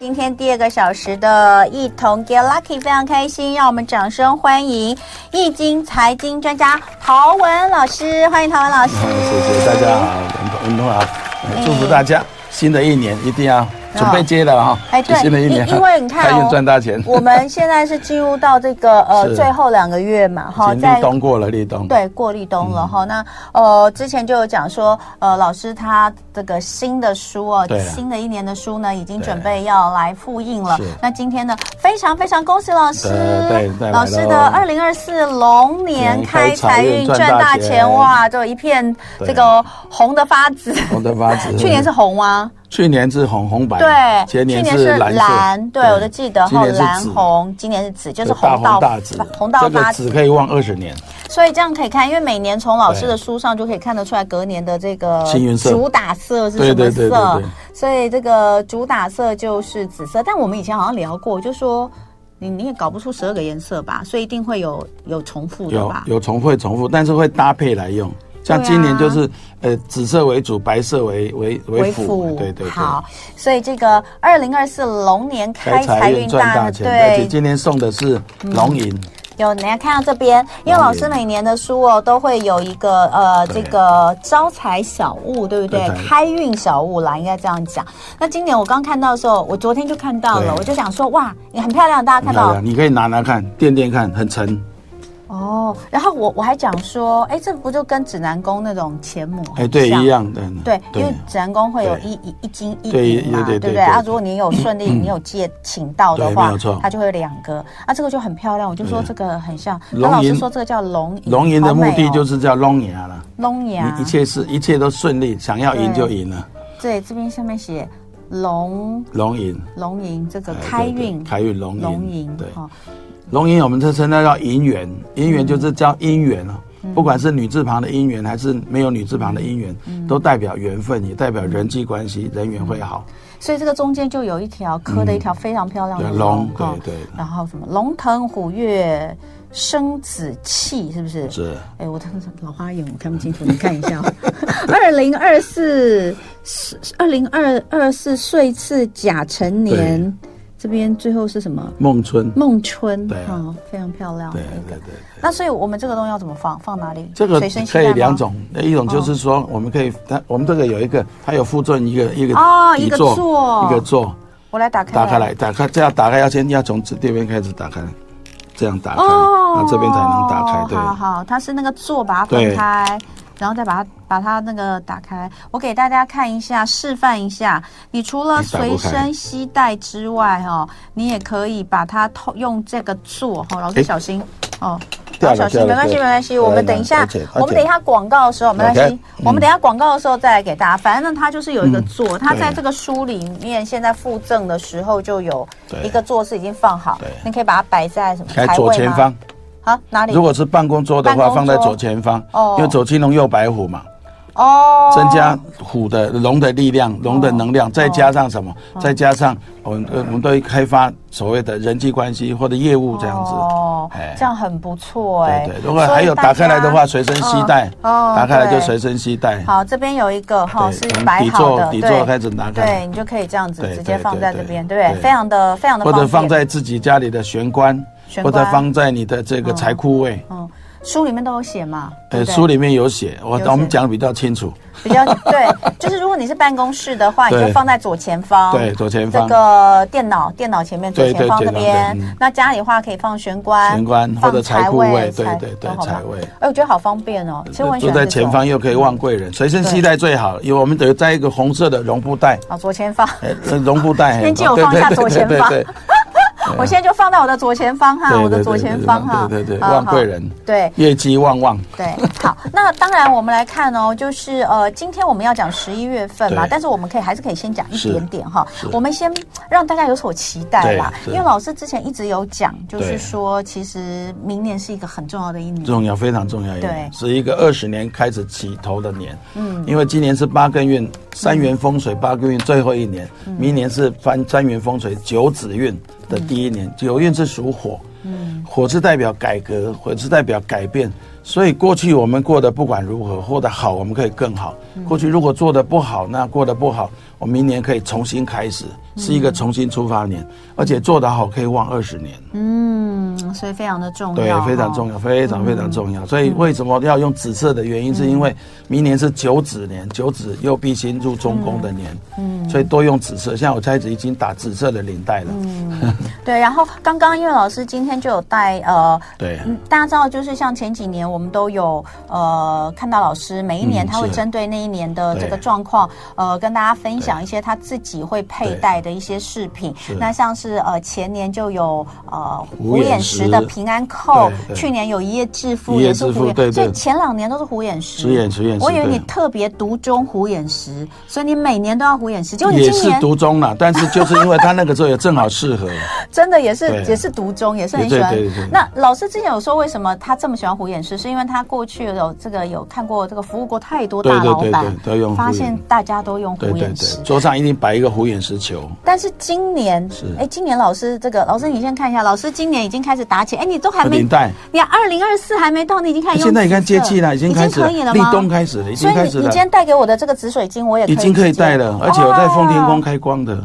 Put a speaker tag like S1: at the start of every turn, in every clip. S1: 今天第二个小时的《一同 Get Lucky》，非常开心，让我们掌声欢迎易经财经专家陶文老师，欢迎陶文老师。
S2: 啊谢谢大家好，文文通好，祝福大家新的一年一定要准备接了哈。
S1: 嗯哎，对，
S2: 新的一年
S1: 因因为你看、哦，
S2: 开运赚大钱。
S1: 我们现在是进入到这个呃
S2: 是
S1: 最后两个月嘛，哈，
S2: 已经立冬过了，立冬。
S1: 对，过立冬
S2: 嗯
S1: 了哈、那呃，之前就有讲说，呃，老师他这个新的书哦
S2: 对，啊
S1: 新的一年的书呢，已经
S2: 对
S1: 准备要来复印了
S2: 是。
S1: 那今天呢，非常非常恭喜老师
S2: 对对，
S1: 老师
S2: 对
S1: 的
S2: 喽
S1: 二零二四龙年
S2: 年
S1: 开财
S2: 开财
S1: 运
S2: 运
S1: 赚
S2: 赚
S1: 大
S2: 大
S1: 钱
S2: 钱
S1: 哇，就一片
S2: 对
S1: 这个红的发紫。
S2: 红的八字。
S1: 去年是红吗？
S2: 去年是红红白，
S1: 对，
S2: 前年
S1: 去
S2: 是蓝色
S1: 对我都记得
S2: 今
S1: 哈，
S2: 年是
S1: 蓝
S2: 紫
S1: 红，今年是紫，就是
S2: 对
S1: 红
S2: 大
S1: 到
S2: 红大紫，
S1: 红到
S2: 这
S1: 发
S2: 个
S1: 紫
S2: 紫可以望二十年，
S1: 所以这样可以看，因为每年从老师
S2: 对
S1: 的书上就可以看得出来隔年的这个
S2: 幸运色
S1: 主打色是什么色，
S2: 对对对对对
S1: 所以这个主打色就是紫色。但我们以前好像聊过，就说你你也搞不出十二个颜色吧，所以一定会有有重复的
S2: 有
S1: 吧？
S2: 有重复会重复，但是会搭配来用。像
S1: 对啊
S2: 今年就是、呃紫色为主，白色为为为辅，对对对。
S1: 好，所以这个二零二四龙年开
S2: 开
S1: 财
S2: 财
S1: 运
S2: 运赚大钱，而且
S1: 对，嗯
S2: 今天送的是龙吟，
S1: 有，你要看到这边，因为老师每年的书哦都会有一个呃这
S2: 对
S1: 个招财小物，对不对
S2: 招？财
S1: 开运小物啦，应该这样讲。那今年我刚看到的时候，我昨天就看到了，
S2: 对嗯
S1: 我就想说哇，也很漂亮，大家看
S2: 漂
S1: 到
S2: 亮，你可以拿拿看，垫垫看，很沉。
S1: 哦。然后我我还讲说，哎，这不就跟指南宫那种钱母
S2: 哎，对，
S1: 很像
S2: 一。样的。
S1: 对，因为指南宫会有
S2: 对
S1: 一一一金一
S2: 对
S1: 银嘛，对
S2: 对对
S1: 不对？
S2: 对嗯
S1: 啊，如果你有顺利，你有借请到的
S2: 对
S1: 话
S2: 没有错，
S1: 它就会有两个。啊，这个就很漂亮，我就说
S2: 对
S1: 这个很像。那
S2: 龙
S1: 老师
S2: 吟
S1: 说这个叫龙吟，
S2: 龙吟
S1: 好
S2: 的目
S1: 美
S2: 的
S1: 哦
S2: 就是叫龙牙了，
S1: 龙牙
S2: 你一，切是一切都顺利，想要赢
S1: 对
S2: 就赢了，
S1: 哦对，这边下面写龙
S2: 龙吟。
S1: 龙吟，这个
S2: 哎对
S1: 开
S2: 对
S1: 运
S2: 开运龙吟，
S1: 龙吟哦嗯
S2: 对，
S1: 哈，
S2: 龙吟我们这称它叫姻缘，姻缘就是叫姻缘啊，
S1: 嗯
S2: 不管是女字旁的姻缘，还是没有女字旁的姻缘，
S1: 嗯
S2: 都代表缘分，也代表人际关系，人缘会好。
S1: 所以这个中间就有一条刻的一条非常漂亮的
S2: 对嗯龙，对
S1: 哈
S2: 对，
S1: 然后什么龙腾虎跃，生子气，是不是？
S2: 是
S1: 哎，我真的是老花眼，我看不清楚，你看一下、哦。 二零二四，二零二二四岁次甲辰年，这边最后是什么？
S2: 梦春。
S1: 孟春，
S2: 对啊
S1: 哦，非常漂亮的
S2: 对
S1: 一
S2: 对
S1: 个。
S2: 对。
S1: 那所以我们这个东西要怎么放？放哪里？
S2: 这个
S1: 随身携
S2: 可以
S1: 带吗哦
S2: 两种，一种就是说我们可以，它我们这个有一个，它有附赠一个一个
S1: 哦
S2: 底
S1: 一个座
S2: 一个座，
S1: 我来打开，
S2: 打开。来，打开这样打开要先要从这边开始打开，这样打开，
S1: 哦，
S2: 然后这边才能打开，
S1: 好
S2: 对，
S1: 好，它是那个座把它分开，然后再把它把它那个打开。我给大家看一下，示范一下。你除了随身携带之外，哈、你也可以把它透用这个座，哈、老师
S2: 哎
S1: 小心、哦。
S2: 掉
S1: 好
S2: 了
S1: 小心，
S2: 掉了
S1: 没关系，没
S2: 对
S1: 关系。我们
S2: 来来
S1: 等一下
S2: 而且而，且
S1: 我们等一下广告的时候，没关系
S2: OK，。嗯
S1: 我们等一下广告的时候再来给大家。反正它就是有一个座，它
S2: 对
S1: 在这个书里面现在附赠的时候就有
S2: 对
S1: 一个座是已经放好
S2: 对，
S1: 你可以把它摆在什么
S2: 开
S1: 台
S2: 左
S1: 位
S2: 前
S1: 吗？
S2: 方。
S1: 啊，哪里？
S2: 如果是办公桌的
S1: 办
S2: 话，
S1: 公桌
S2: 放在左前方
S1: 哦，
S2: 因为左青龙右白虎嘛，
S1: 哦，
S2: 增加虎的龙的力量，龙的能量，再加
S1: 哦
S2: 上什么？再加上我们呃我们都会开发所谓的人际关系或者业务这样子。
S1: 哦
S2: 哎，
S1: 这样很不错哎。
S2: 对对，如果还有打开来的话，随身携带。
S1: 嗯哦
S2: 打开来就
S1: 对
S2: 随身携带。
S1: 好，这边有一个哈
S2: 对
S1: 是
S2: 从
S1: 摆
S2: 底
S1: 好
S2: 座
S1: 的，
S2: 底座
S1: 对
S2: 开始拿开
S1: 对你就可以这样子
S2: 对
S1: 直接
S2: 对
S1: 放在
S2: 对
S1: 这
S2: 对
S1: 边，对不对？
S2: 对
S1: 非常的非常的
S2: 或者
S1: 方
S2: 放
S1: 便。
S2: 在自己家里的玄关，
S1: 玄
S2: 或
S1: 关
S2: 者放在你的这个财库位。
S1: 嗯，书里面都有写嘛，对
S2: 呃，
S1: 不对
S2: 书里面有写，我
S1: 有写
S2: 我们讲得比较清楚。
S1: 比较对，就是如果你是办公室的话，你
S2: 对
S1: 就放在左前方，
S2: 对左前
S1: 这
S2: 方
S1: 个电脑电脑前面左
S2: 对
S1: 前方
S2: 对
S1: 这
S2: 电脑
S1: 边
S2: 对嗯。
S1: 那家里的话可以放玄关，
S2: 玄关
S1: 放
S2: 或者财库位对
S1: 财
S2: 对
S1: 都
S2: 对
S1: 好
S2: 财
S1: 棒
S2: 位
S1: 哎，我觉得好方便哦。其实我很喜
S2: 住
S1: 欢
S2: 在
S1: 这
S2: 前
S1: 种
S2: 方又可以望贵人，随身携带最好。有我们得在一个红色的绒布袋，
S1: 哦，左前方。
S2: 呃呃绒布袋。
S1: 边
S2: 嘿
S1: 借我
S2: 对
S1: 放一下
S2: 对对
S1: 左前
S2: 对
S1: 方
S2: 对 对
S1: 我现在就放在我的左前方哈，
S2: 对
S1: 我的
S2: 对
S1: 左
S2: 对
S1: 前
S2: 对
S1: 方
S2: 对
S1: 哈，
S2: 对对对
S1: 好
S2: 望
S1: 好
S2: 贵人
S1: 对
S2: 业绩旺旺。
S1: 对，好， 那当然我们来看哦，就是呃，今天我们要讲十一月份嘛
S2: 对，
S1: 但是我们可以还是可以先讲一
S2: 是
S1: 点点哈，我们先让大家有所期待啦，因
S2: 对是
S1: 为老师之前一直有讲，就是
S2: 对
S1: 说其实明年是一个很重要的一年，
S2: 重要，非常重要一年，
S1: 嗯对
S2: 是一个二十年开始起头的年。嗯，因为今年是八个运，三元风水八个运最后一年，明年是翻三元风水九子运的第一年。九运是属火，嗯，火是代表改革，火是代表改变，所以过去我们过得不管如何，过得好我们可以更好。过去如果做得不好，那过得不好，我明年可以重新开始，是一个重新出发年，而且做得好可以望二十年。
S1: 嗯，所以非常的重要，嗯
S2: 对，非常重
S1: 要。
S2: 要，非常非常重要。所以为什么要用紫色的
S1: 嗯
S2: 原因，是因为明年是九子年，九子又必先入中宫的年，嗯，所以多用紫色。像我开始已经打紫色的领带了，
S1: 嗯对，然后刚刚因为老师今天就有带呃
S2: 对，
S1: 嗯，大家知道，就是像前几年我们都有呃看到老师每一年
S2: 嗯
S1: 他会
S2: 是
S1: 针对那一年的
S2: 对
S1: 这个状况，呃，跟大家分享一些他自己会佩戴的一些饰品。那像是呃前年就有呃
S2: 虎眼石
S1: 的平安扣
S2: 对，对
S1: 去年有一夜致富
S2: 一夜
S1: 也是
S2: 致富
S1: 虎眼，
S2: 对对
S1: 所以前两年都是虎眼石。
S2: 虎眼虎眼石
S1: 我以为
S2: 对
S1: 你特别独钟虎眼石，所以你每年都要虎眼石，结果你
S2: 也
S1: 今
S2: 是
S1: 年
S2: 独中 了，但是就是因为他那个时候也正好适合。
S1: 真的也是
S2: 对啊
S1: 也是独钟，也是很喜
S2: 对
S1: 欢
S2: 对对对。
S1: 那老师之前有说，为什么他这么喜欢虎眼石，是因为他过去有这个有看过这个服务过太多大
S2: 对对
S1: 老
S2: 对
S1: 板
S2: 对都用，
S1: 发
S2: 虎
S1: 现
S2: 眼
S1: 大家都用虎
S2: 对对
S1: 眼石
S2: 对，。桌上一定摆一个虎眼石球。
S1: 但是今年
S2: 是，
S1: 哎，今年老师这个老师，你先看一下，老师今年已经开始打起，哎，你都还没
S2: 领带，
S1: 你二零二四还没到，你已经开始用
S2: 哎现在已经
S1: 紫色
S2: 接近了，已经开始
S1: 可以了
S2: 立
S1: 吗？
S2: 冬开始了，已
S1: 所以
S2: 经
S1: 你
S2: 开
S1: 你
S2: 始
S1: 今
S2: 了，
S1: 天带给我的这个紫水晶，我也
S2: 已经可
S1: 直
S2: 以
S1: 接
S2: 戴了，而且我在奉天宫
S1: 哦
S2: 开光的，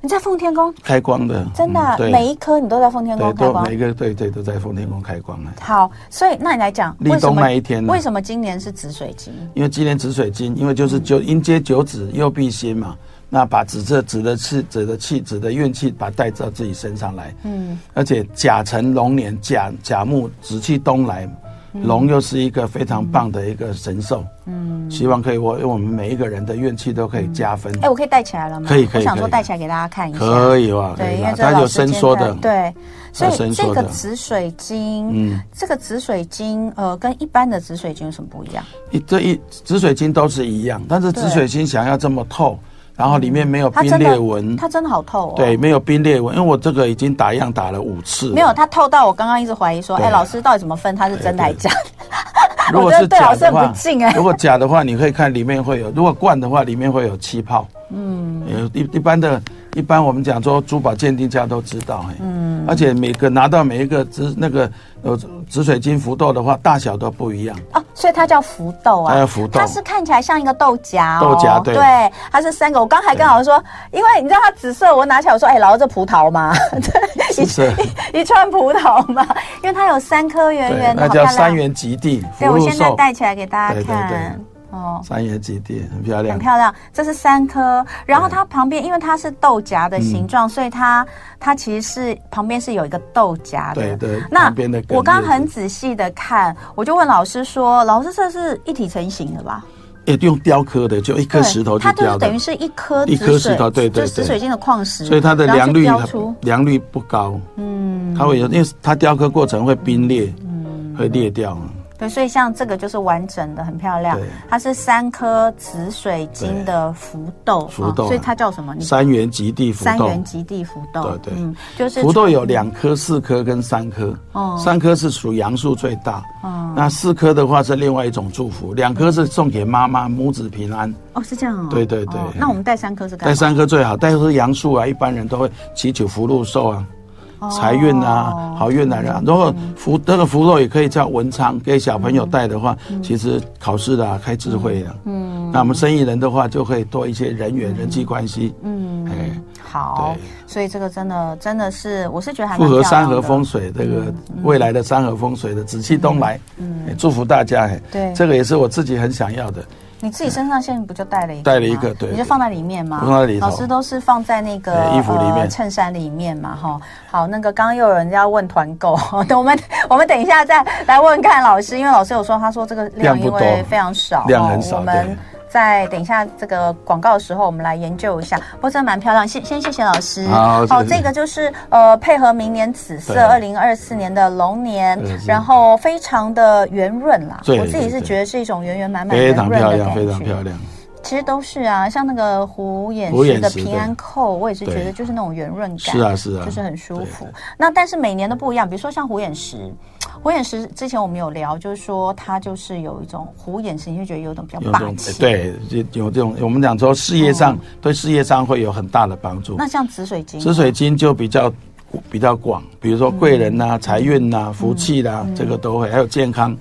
S1: 你在奉天宫
S2: 开光的，
S1: 真的啊
S2: 嗯对
S1: 每一颗你都在奉天
S2: 对
S1: 宫开
S2: 都
S1: 光
S2: 每一。个对对都在奉天宫开光了。
S1: 好，所以那你来讲，
S2: 立
S1: 为什
S2: 冬
S1: 么
S2: 那一天呢
S1: 为什么今年是紫水晶？
S2: 因为今年紫水晶，因为就是
S1: 嗯
S2: 九迎接九子又必星嘛，那把紫色紫的气、紫的气、紫的运气，把它带到自己身上来。
S1: 嗯，
S2: 而且甲辰龙年，甲甲木紫气东来，
S1: 嗯
S2: 龙又是一个非常棒的一个神兽。嗯，希望可以我我们每一个人的运气都可以加分。
S1: 哎、我可以戴起来了吗？
S2: 可以可以
S1: 我想说
S2: 可以
S1: 戴起来给大家看一下。
S2: 可以吧？可
S1: 对，
S2: 以
S1: 因
S2: 吧
S1: 为这
S2: 它
S1: 老
S2: 有
S1: 师
S2: 伸
S1: 今
S2: 缩
S1: 天
S2: 的，
S1: 带对。所
S2: 它
S1: 以
S2: 伸
S1: 这
S2: 缩
S1: 个
S2: 的
S1: 紫水晶，
S2: 嗯
S1: 这个紫水晶，呃，跟一般的紫水晶有什么不一样？
S2: 一这一紫水晶都是一样，但是紫
S1: 对
S2: 水晶想要这么透，然后里面没有
S1: 它
S2: 冰
S1: 真
S2: 裂
S1: 的
S2: 纹，
S1: 它真的好透哦。
S2: 对，，没有冰裂纹，因为我这个已经打样打了五次了，
S1: 没有它透到我刚刚一直怀疑说，
S2: 对
S1: 哎，老师到底怎么分它是真的还是假的？
S2: 如果
S1: 我觉
S2: 是
S1: 得对
S2: 假
S1: 老师
S2: 的
S1: 很
S2: 话
S1: 不敬哎，
S2: 如果假的话，你可以看里面会有；如果罐的话，里面会有气泡。嗯，一一般的，一般我们讲说珠宝鉴定家都知道哎。嗯，而且每个拿到每一个紫那个呃紫水晶福豆的话，大小都不一样。
S1: 哦，所以它叫福豆啊，
S2: 它叫哎福豆
S1: 它是看起来像一个豆荚、哦，
S2: 豆荚对
S1: 它是三个。我刚还跟老师说，因为你知道它紫色，我拿起来我说，哎、老师这葡萄吗？ 对，
S2: 紫色
S1: 一一串葡萄嘛，因为它有三颗圆
S2: 对，
S1: 圆的，
S2: 那
S1: 哎好
S2: 叫
S1: 漂亮
S2: 三。元极地福
S1: 对，我
S2: 禄
S1: 现在
S2: 寿。
S1: 戴起来给大家
S2: 对对
S1: 看，
S2: 对
S1: 哦。
S2: 三元极地很漂亮
S1: 很。漂亮，这是三颗，然后它旁边因为它是豆荚
S2: 嗯
S1: 的形状，所以它它其实是旁边是有一个豆荚的。
S2: 对对
S1: 那
S2: 旁边的梗
S1: 我刚
S2: 叶子
S1: 很仔细的看，我就问老师说：“老师，这是一体成型的吧？”
S2: 也用雕刻的，就一颗
S1: 对，
S2: 石头去
S1: 它就
S2: 雕
S1: 是等
S2: 的
S1: 于，是一颗
S2: 一
S1: 紫
S2: 颗
S1: 水
S2: 石头对
S1: 就
S2: 对
S1: 是紫
S2: 对
S1: 水晶的矿石，
S2: 所以它的
S1: 然后
S2: 良
S1: 去
S2: 率
S1: 雕出
S2: 良率不高。
S1: 嗯，
S2: 它会有，因为它雕刻过程会冰裂，会裂掉。
S1: 对，所以像这个就是完整的，很漂亮
S2: 对，
S1: 它是三颗紫水晶的浮豆，
S2: 浮豆
S1: 啊所以它叫什么？你
S2: 三元极地福
S1: 三
S2: 豆，
S1: 元极地浮豆，
S2: 对对
S1: 嗯，就是
S2: 福豆有两颗、四颗跟三颗，
S1: 哦
S2: 三颗是属阳数最大，
S1: 哦
S2: 那四颗的话是另外一种祝福，两颗是送给妈妈母子平安，
S1: 哦，是这样哦，
S2: 对对对
S1: 哦那我们带三颗是干
S2: 带
S1: 嘛？
S2: 三颗最好，但是阳数啊，一般人都会祈求福禄寿啊。
S1: 哦
S2: 财运啊，好运啊，然后
S1: 嗯
S2: 如果福那个福豆也可以叫文昌，给小朋友带的话，
S1: 嗯
S2: 其实考试的、啊、开智慧啊，嗯，那我们生意人的话就会多一些人缘、人际关系，嗯，哎，
S1: 好
S2: 对，
S1: 所以这个真的真的是，我是觉得还蛮
S2: 复合
S1: 漂亮
S2: 三合
S1: 的嗯
S2: 风水，这个未来的三合风水的紫气东来，哎祝福大家。哎
S1: 对
S2: 这个也是我自己很想要的。
S1: 你自己身上现在不就带了一个吗？
S2: 带了一个对
S1: 你就放在里面嘛。
S2: 我放在里头
S1: 老师都是放在那个
S2: 对衣服里面
S1: 呃衬衫里面嘛，哈。好，那个刚刚又有人要问团购， 等我们我们等一下再来问看老师，因为老师有说他说这个量
S2: 量不
S1: 因
S2: 多
S1: 为非常少，
S2: 量很少
S1: 我们
S2: 对
S1: 在等一下这个广告的时候，我们来研究一下。不过真的蛮漂亮，先先谢谢老师。
S2: 好
S1: 哦，
S2: 谢谢
S1: 这个就是呃配合明年紫色
S2: 对
S1: 二零二四年的龙年
S2: 对，是
S1: 然后非常的圆润啦。
S2: 对
S1: 我自己是
S2: 对对
S1: 觉得是一种圆圆满满。
S2: 非常漂亮，非常
S1: 亮。
S2: 漂亮。
S1: 其实都是啊，像那个虎眼
S2: 虎
S1: 石
S2: 眼
S1: 的
S2: 石
S1: 平安
S2: 对
S1: 扣，我也是觉得
S2: 对
S1: 就是那种圆润感，
S2: 是啊，是啊，
S1: 就是很舒服
S2: 对。
S1: 那但是每年都不一样，比如说像虎眼石，虎眼石之前我们有聊，就是说它就是有一种虎眼石，你就觉得有一种比较
S2: 有
S1: 霸
S2: 种
S1: 气。。
S2: 对，就有这种我们讲说事业上对事业上会有很大的帮助。
S1: 那像紫水晶，
S2: 紫水晶就比较比较广，比如说贵人呐、财运呐、福气啦，这个都会，还有健康。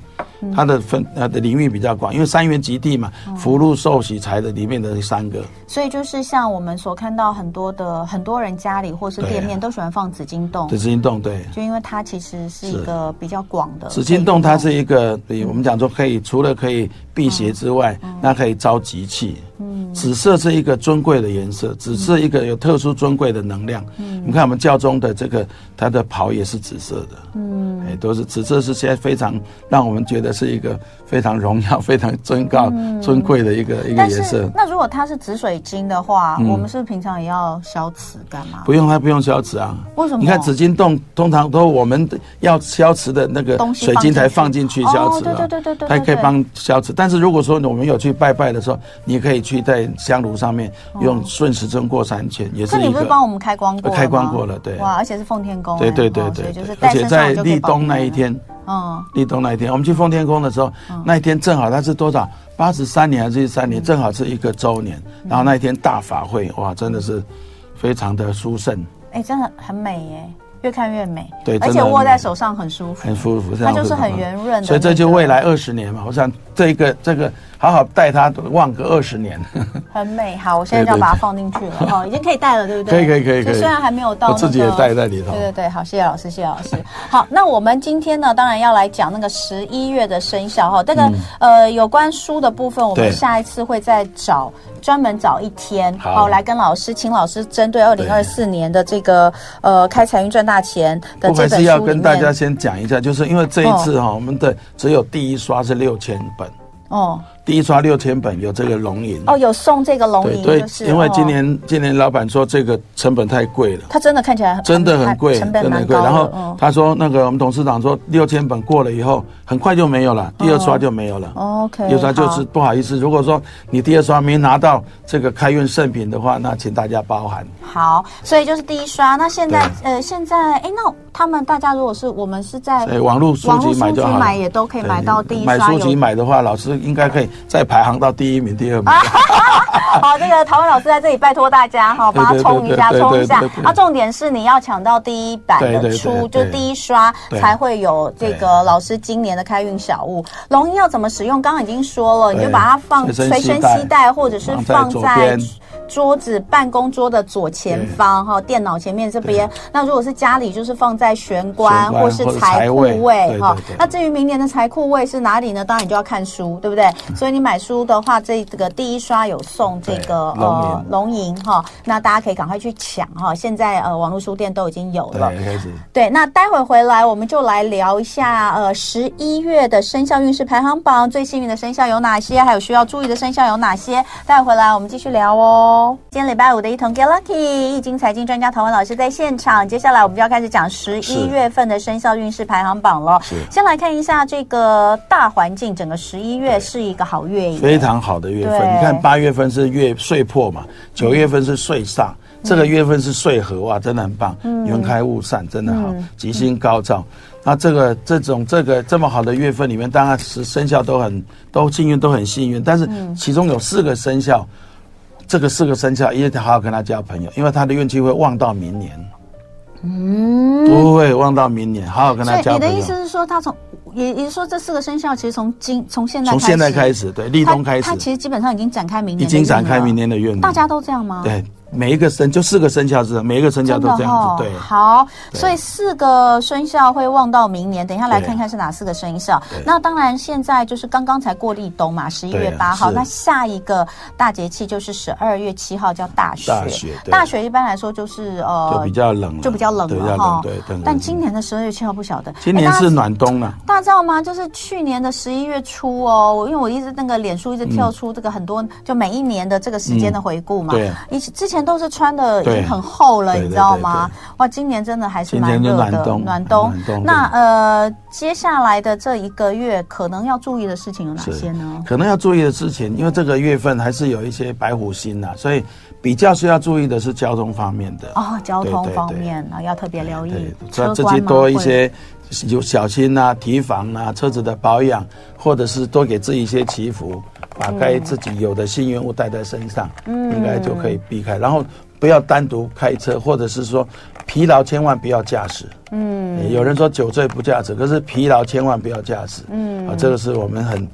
S2: 它的分呃的领域比较广，因为三元极地嘛，福禄寿喜财的里面的三个。
S1: 所以就是像我们所看到很多的很多人家里或是店面都喜欢放紫金洞，
S2: 啊紫金洞对，
S1: 就因为它其实是一个比较广的。哦
S2: 紫金洞它是一个，对我们讲说可以除了可以辟邪之外，那可以招吉气。嗯，紫色是一个尊贵的颜色，紫是一个有特殊尊贵的能量。嗯，你看我们教宗的这个，他的袍也是紫色的。嗯，哎，都是紫色是现在非常让我们觉得是一个非常荣耀、 非常尊高、尊贵的一个一个
S1: 但
S2: 颜
S1: 是
S2: 色。嗯
S1: 那如果它是紫水晶的话，我们是不是平常也要消磁干嘛？
S2: 不用，它不用消磁啊。
S1: 为什么
S2: 你看紫金洞通常都我们要消磁的那个
S1: 东西
S2: 水晶才
S1: 放
S2: 放
S1: 进
S2: 进
S1: 去
S2: 去消磁
S1: 哦
S2: 啊，
S1: 对对对对对
S2: 它可以
S1: 对
S2: 帮消磁。但是如果说我们有去拜拜的时候，你可以去在香炉上面
S1: 哦
S2: 用顺时针过三圈，也是
S1: 这你
S2: 一
S1: 不是
S2: 个。
S1: 帮我们开光过了吗？
S2: 开光过了对
S1: 哇，而且是奉天宫哎，
S2: 对对对
S1: 哦所
S2: 对
S1: 以就
S2: 对
S1: 是，
S2: 而
S1: 带
S2: 且
S1: 身上
S2: 在
S1: 我就可以
S2: 立
S1: 保
S2: 冬
S1: 平
S2: 那一
S1: 安了，
S2: 天，
S1: 嗯，
S2: 立冬那一天，我们去奉天宫的时候，那一天正好它是多少？八十三年还是三
S1: 嗯
S2: 年？正好是一个周年。然后那一天大法会，哇，真的是非常的殊胜，
S1: 哎、真的很美耶，越看越美，
S2: 对
S1: 而
S2: 真
S1: 且
S2: 的很
S1: 握在
S2: 美
S1: 手上很舒服，
S2: 很舒服。
S1: 它就是很圆润的
S2: 所以
S1: 那
S2: 这就
S1: 个
S2: 未来二十年嘛，我想这个这个好好带它望个二十年。
S1: 很美。好，我现在就要
S2: 对对
S1: 把它放进去了， 哦，已经可以戴了，对不
S2: 可
S1: 对？
S2: 以可以可以
S1: 就
S2: 可以
S1: 虽然还没有到、那
S2: 我
S1: 个，
S2: 自己也戴在里头
S1: 对对对，好，谢谢老师，谢谢老师。好，那我们今天呢，当然要来讲那个十一月的生肖哈，这个、
S2: 嗯
S1: 呃有关书的部分，我们
S2: 对
S1: 下一次会再找专门找一天，
S2: 好
S1: 来跟老师，请老师针对二零二四年的这个呃开财运赚大钱的
S2: 我
S1: 这本
S2: 还
S1: 书
S2: 是
S1: 里
S2: 要跟大家
S1: 面
S2: 先讲一下，就是因为这一次哈、我们的只有第一刷是六千本，
S1: 哦
S2: 第一刷六千本有这个龙吟。
S1: 哦有送这个龙
S2: 对
S1: 吟，
S2: 对
S1: 就是，
S2: 因为今。
S1: 哦
S2: 年、今年老板说这个成本太贵了。
S1: 它真的看起来很
S2: 真的很贵，
S1: 成本
S2: 真的
S1: 蛮
S2: 很贵。
S1: 高的。
S2: 然后
S1: 嗯
S2: 他说，那个我们董事长说，六千本过了以后，很快就没有了，第二
S1: 哦
S2: 刷就没有了。
S1: OK，
S2: 第二刷就是
S1: 好
S2: 不好意思，如果说你第二刷没拿到这个开运圣品的话，那请大家包涵。
S1: 好，所以就是第一刷。那现在
S2: 对
S1: 呃，现在哎，那他们大家如果是我们是在
S2: 哎，网络书
S1: 网络
S2: 籍
S1: 书
S2: 买就
S1: 籍
S2: 好了。
S1: 买也都可以
S2: 对
S1: 买到第一
S2: 买
S1: 刷
S2: 书籍
S1: 有。
S2: 买的话，老师应该可以再排行到第一名、第二
S1: 啊
S2: 名。
S1: 好，这个陶文老师在这里拜托大家哈，帮他
S2: 对对
S1: 冲一下，
S2: 对对
S1: 冲一下
S2: 对对。对
S1: 啊，重点是你要抢到第一版
S2: 对对
S1: 的
S2: 对
S1: 书，就
S2: 对
S1: 是第一刷
S2: 对
S1: 才会有这个老师今年的开运小物。龙吟要怎么使用？刚刚已经说了，你就
S2: 对
S1: 把它放
S2: 随身
S1: 随身
S2: 携带
S1: 携带，或者是放
S2: 放在左
S1: 在
S2: 边
S1: 桌子办公桌的左前方哈，电脑前面这边。那如果是家里，就是放在玄关
S2: 玄关
S1: 或是
S2: 或者
S1: 财
S2: 财
S1: 库
S2: 位
S1: 位
S2: 对
S1: 哈
S2: 对对。
S1: 那至于明年的财库位是哪里呢？当然你就要看书，对不对？
S2: 嗯
S1: 所以你买书的话，这这个第一刷有送这
S2: 对
S1: 个呃龙吟哈，那大家可以赶快去抢哈。现在呃网络书店都已经有
S2: 对，
S1: 了。
S2: 开始。
S1: 对，那待会回来我们就来聊一下，呃，十一月的生肖运势排行榜，最幸运的生肖有哪些，还有需要注意的生肖有哪些。待会回来我们继续聊哦。今天礼拜五的一同 Get Lucky，易经财经专家唐文老师在现场，接下来我们就要开始讲十一
S2: 是
S1: 月份的生肖运势排行榜了。
S2: 是
S1: 先来看一下这个大环境，整个十一月是一个好月，
S2: 非。常好的月份。
S1: 对嗯
S2: 你看八月份是月岁破嘛，九月份是岁煞，这个月份是岁合哇，真的很棒，
S1: 嗯
S2: 云开雾散，真的好，吉星高照。那这个这种这个这么好的月份里面，当然是生肖都很都幸运，都很幸运。但是
S1: 嗯
S2: 其中有四个生肖，这个四个生肖也得好好跟他交朋友，因为他的运气会旺到明年，
S1: 嗯，
S2: 都会旺到明年，好好跟
S1: 所
S2: 他
S1: 以
S2: 交
S1: 你的
S2: 朋
S1: 意
S2: 友
S1: 思。是说，他从也也是说这四个生肖其实从今从现在
S2: 从现在
S1: 始
S2: 开始，对立
S1: 它
S2: 冬开始
S1: 它，其实基本上已经展开明
S2: 已
S1: 年，
S2: 经展开明。年的运了。
S1: 大家都这样吗？，
S2: 嗯对，每一个生就四个生肖是，每一个生肖
S1: 真
S2: 都
S1: 的
S2: 这
S1: 哈
S2: 样子，对，
S1: 好，
S2: 对
S1: 所以四个生肖会望到明年。等一下来
S2: 对
S1: 看看是哪四个生肖
S2: 对。
S1: 那当然，现在就是刚刚才过立冬嘛，十一月
S2: 对啊
S1: 八号。
S2: 是
S1: 那下一个大节气就是十二月七号，叫大雪。
S2: 大雪对
S1: 大雪一般来说就是
S2: 就
S1: 呃
S2: 比，较冷了，
S1: 就比较冷
S2: 对比
S1: 了
S2: 较
S1: 哈
S2: 冷，对。冷
S1: 但今年的十二月七号不晓得，
S2: 今年
S1: 哎大家
S2: 是暖冬啊了，
S1: 大家知道吗？就是去年的十一月初哦，我因为我一直那个脸书一直跳出这个很多，就每一年的这个时间的回顾嘛。
S2: 嗯嗯对
S1: 以前之前都是穿的已
S2: 对
S1: 经很厚了，
S2: 对
S1: 你知道吗？哇，今年真的还是蛮
S2: 今
S1: 热
S2: 年
S1: 的，
S2: 就暖冬暖冬
S1: 那呃，接下来的这一个月可能要注意的事情有哪些呢？
S2: 可能要注意的事情，因为这个月份还是有一些白虎星呐，所以比较需要注意的是交通方面的，
S1: 哦，交通
S2: 对对
S1: 方面啊，要特别留意
S2: 对，
S1: 车
S2: 这这
S1: 关
S2: 些
S1: 吗
S2: 多一。
S1: 会
S2: 些。有小心啊，提防啊，车子的保养，或者是多给自己一些祈福，把该
S1: 嗯
S2: 自己有的幸运物带在身上，嗯、应该就可以避开。然后不要单独开车，或者是说疲劳千万不要驾驶。嗯，有人说酒醉不驾驶，可是疲劳千万不要驾驶。嗯，啊，这个是我们很。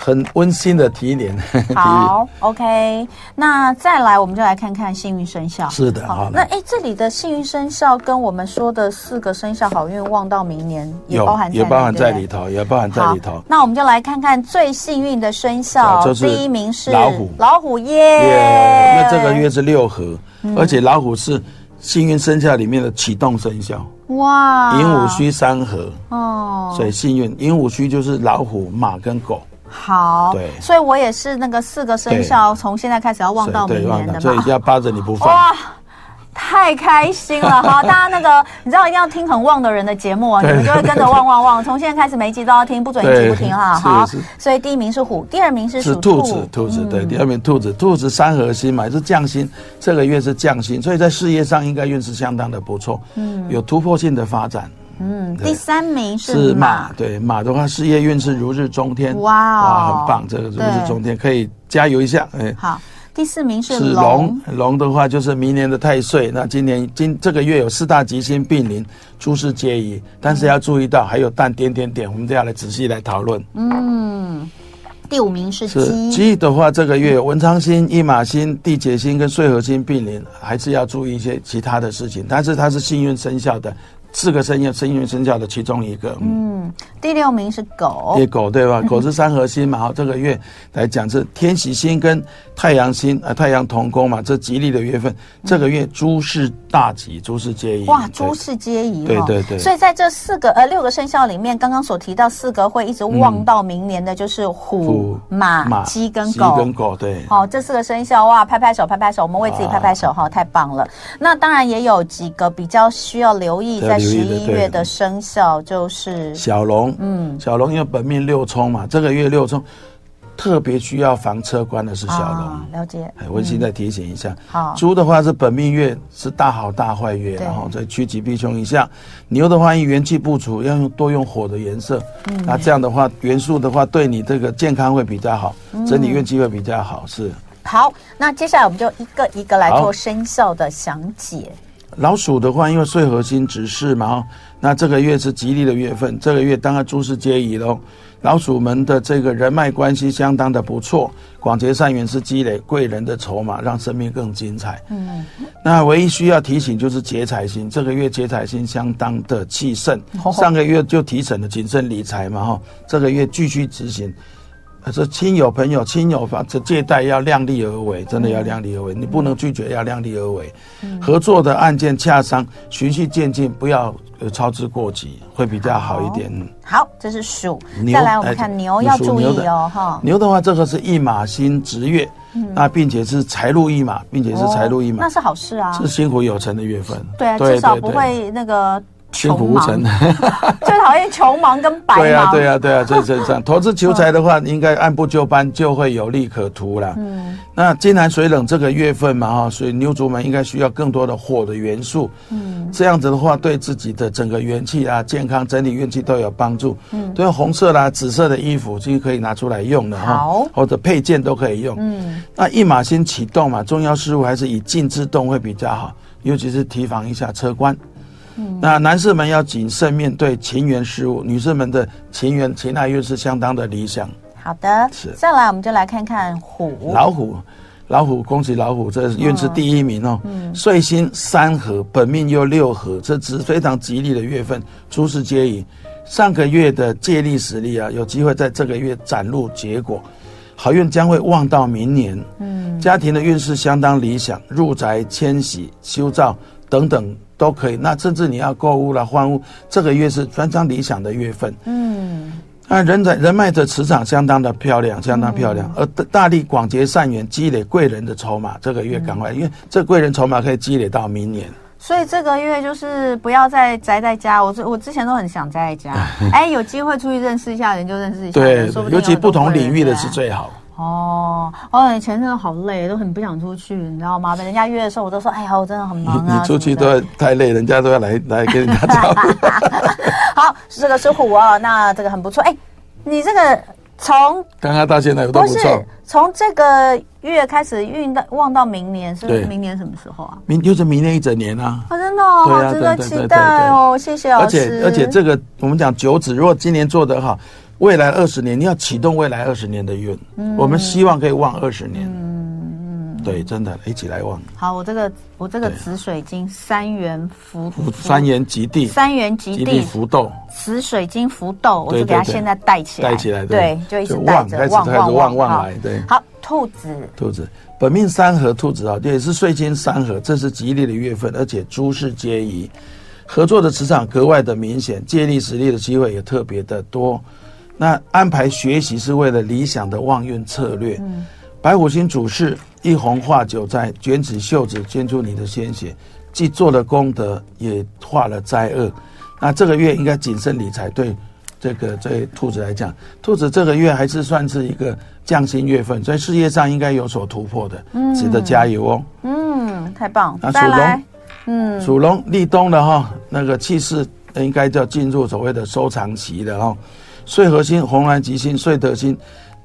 S2: 很温馨的提点，
S1: 好，OK。那再来，我们就来看看幸运生肖。
S2: 是的，好。
S1: 那哎、欸，这里的幸运生肖跟我们说的四个生肖好运望到明年也包含
S2: 也包含在里头，也包含在里头。啊
S1: 那我们就来看看最幸运的生肖，第一名是
S2: 老虎，
S1: 老虎耶。Yeah,
S2: 那这个月是六合，嗯、而且老虎是幸运生肖里面的启动生肖。
S1: 啊
S2: 哇，寅午戌三合哦，所以幸运寅午戌就是老虎、马跟狗。
S1: 好，所以我也是那个四个生肖，从现在开始要望到明年的嘛，
S2: 所以要扒着你不放。哇，
S1: 太开心 了！好，大家那个你知道一定要听很旺的人的节目啊，你们就会跟着旺旺旺。从现在开始每一集都要听，不准你集不听哈。好，所以第一名是虎，第二名是
S2: 是兔子，兔子对，第二名兔子，兔子三合星嘛，是降星，这个月是降星，所以在事业上应该运势相当的不错，嗯，有突破性的发展。
S1: 嗯，第三名是马，
S2: 对马的话，事业运势如日中天，哇，哇，很棒，这个如日中天，可以加油一下，
S1: 哎，好。第四名是
S2: 龙，龙的话就是明年的太岁，那今年今这个月有四大吉星并临，诸事皆宜，但是要注意到还有但点点点，我们接下来仔细来讨论。
S1: 嗯，第五名是
S2: 鸡，鸡的话这个月有文昌星、一马星、地劫星跟岁合星并临，还是要注意一些其他的事情，但是它是幸运生肖的。四个生肖，生运生肖的其中一个。
S1: 嗯，第六名是狗，
S2: 也狗对
S1: 嗯
S2: 吧？狗是三合星嘛，这个月来讲是天喜星跟太阳星啊，太阳同宫嘛，这吉利的月份。这个月诸事大吉，诸事皆宜。
S1: 嗯哇，诸事皆宜。哦
S2: 对对对。
S1: 所以在这四个呃六个生肖里面，刚刚所提到四个会一直
S2: 嗯
S1: 旺到明年的，就是虎、马、鸡跟狗。
S2: 跟狗对。
S1: 好，这四个生肖哇，拍拍手，拍拍手，我们为自己拍拍
S2: 啊
S1: 手哈，太棒了。那当然也有几个比较需要留意在。十一月的生肖就是
S2: 小龙，嗯，小龙因为本命六冲嘛，这个月六冲特别需要防车官的是小龙、啊，
S1: 了解。
S2: 温馨再提醒一下，嗯、好，猪的话是本命月是大好大坏月，然后在趋吉避凶一下。牛的话，因元气不足，要用多用火的颜色，嗯、那这样的话元素的话，对你这个健康会比较好，整体运气会比较好。是。
S1: 好，那接下来我们就一个一个来做生肖的详解。
S2: 老鼠的话，因为岁核心指示嘛，哦，那这个月是吉利的月份，这个月当然诸事皆宜喽。老鼠们的这个人脉关系相当的不错，广结善缘是积累贵人的筹码，让生命更精彩。嗯，那唯一需要提醒就是劫财星，这个月劫财星相当的 气盛，
S1: 哦
S2: 上个月就提醒了谨慎理财嘛，哈，这个月继续执行。这亲友朋友、亲友方这借贷要量力而为，真的要量力而为，
S1: 嗯
S2: 你不能拒绝，要量力而为。合作的案件洽商，循序渐进，不要呃操之过急，会比较好一点。哎
S1: 好，这是鼠。哦再来我们看牛，要注意哦，哈。嗯
S2: 牛的话，这个是一马星值月，那并且是财路一马，并且
S1: 哦
S2: 是财路一马，
S1: 那是好事啊，
S2: 是辛苦有成的月份。
S1: 对啊，至少不会那个。
S2: 辛苦无成，
S1: 最讨厌穷忙跟白忙。
S2: 对啊，对啊，对啊，最正 常。投资求财的话，应该按部就班，就会有利可图啦。嗯，那金南水冷这个月份嘛，哈，所以牛族们应该需要更多的火的元素。嗯，这样子的话，对自己的整个元气啊、健康、整体运气都有帮助。嗯，对，红色啦、紫色的衣服就可以拿出来用的哈，或者配件都可以用。嗯，那一马先启动嘛，重要事务还是以静制动会比较好，尤其是提防一下车官。那男士们要谨慎面对情缘事物，女士们的情缘情爱运是相当的理想。
S1: 好的，是。再来，我们就来看看虎。
S2: 老虎，老虎，恭喜老虎，这运是第一名哦。嗯。岁星三合，本命又六合，这是非常吉利的月份，诸事皆宜。上个月的借力实力啊，有机会在这个月展露结果，好运将会望到明年。嗯。家庭的运势相当理想，入宅、迁徙、修造等等。都可以，那甚至你要购物了、换物，这个月是非常理想的月份。嗯，那人在人脉的磁场相当的漂亮，相当漂亮。嗯、而大力广结善缘，积累贵人的筹码，这个月赶快，嗯、因为这贵人筹码可以积累到明年。
S1: 所以这个月就是不要再宅在家，我我之前都很想宅在家。 哎，有机会出去认识一下人就认识一下，
S2: 对，尤其不同领域的是最好。
S1: 哦，哦，以前真的好累，都很不想出去，你知道吗？被人家约的时候，我都说，哎呀，我真的很忙
S2: 啊。你出去都太累，人家都要来来跟人家招呼。
S1: 啊好，这个是虎哦，那这个很不错。哎，你这个从
S2: 刚刚到现在有都
S1: 不
S2: 不错
S1: 是。从这个月开始运到望到明年，是不是
S2: 对
S1: 明年什么时候啊？
S2: 明就是明年一整年啊。
S1: 啊，真的哦，
S2: 对啊
S1: 好值得
S2: 对对
S1: 期
S2: 对
S1: 待哦！谢谢老
S2: 而
S1: 师。
S2: 且而且这个我们讲九子，如果今年做得好，未来二十年你要启动未来二十年的愿，我们希望可以望二十年。对，真的一起来望，
S1: 好，我这个我这个
S2: 对啊
S1: 紫水晶三元福
S2: 三元极地，
S1: 三元极
S2: 极地
S1: 地
S2: 福豆
S1: 紫水晶福豆，我
S2: 对
S1: 就给它
S2: 对对
S1: 现在带起来，
S2: 带起来，
S1: 对，就一直带
S2: 望，
S1: 着
S2: 开始
S1: 望
S2: 开始
S1: 望
S2: 望望
S1: 好
S2: 来，对。
S1: 好，兔子
S2: 兔子，本命三合兔子啊，也是岁金三合，这是吉利的月份，而且诸事皆宜，合作的磁场格外的明显，借力使力的机会也特别的多。那安排学习是为了理想的望运策略。白虎星主事，一红化九灾，卷起袖子捐出你的鲜血，既做了功德，也化了灾厄。那这个月应该谨慎理财，对这个对兔子来讲，兔子这个月还是算是一个匠心月份，所以事业上应该有所突破的，值得加油哦。
S1: 嗯，太棒！
S2: 那
S1: 再
S2: 属龙
S1: 来，嗯，
S2: 属龙立冬了哈，那个气势哎应该就要进入所谓的收藏期了哈。岁合星、红鸾吉星、岁德星、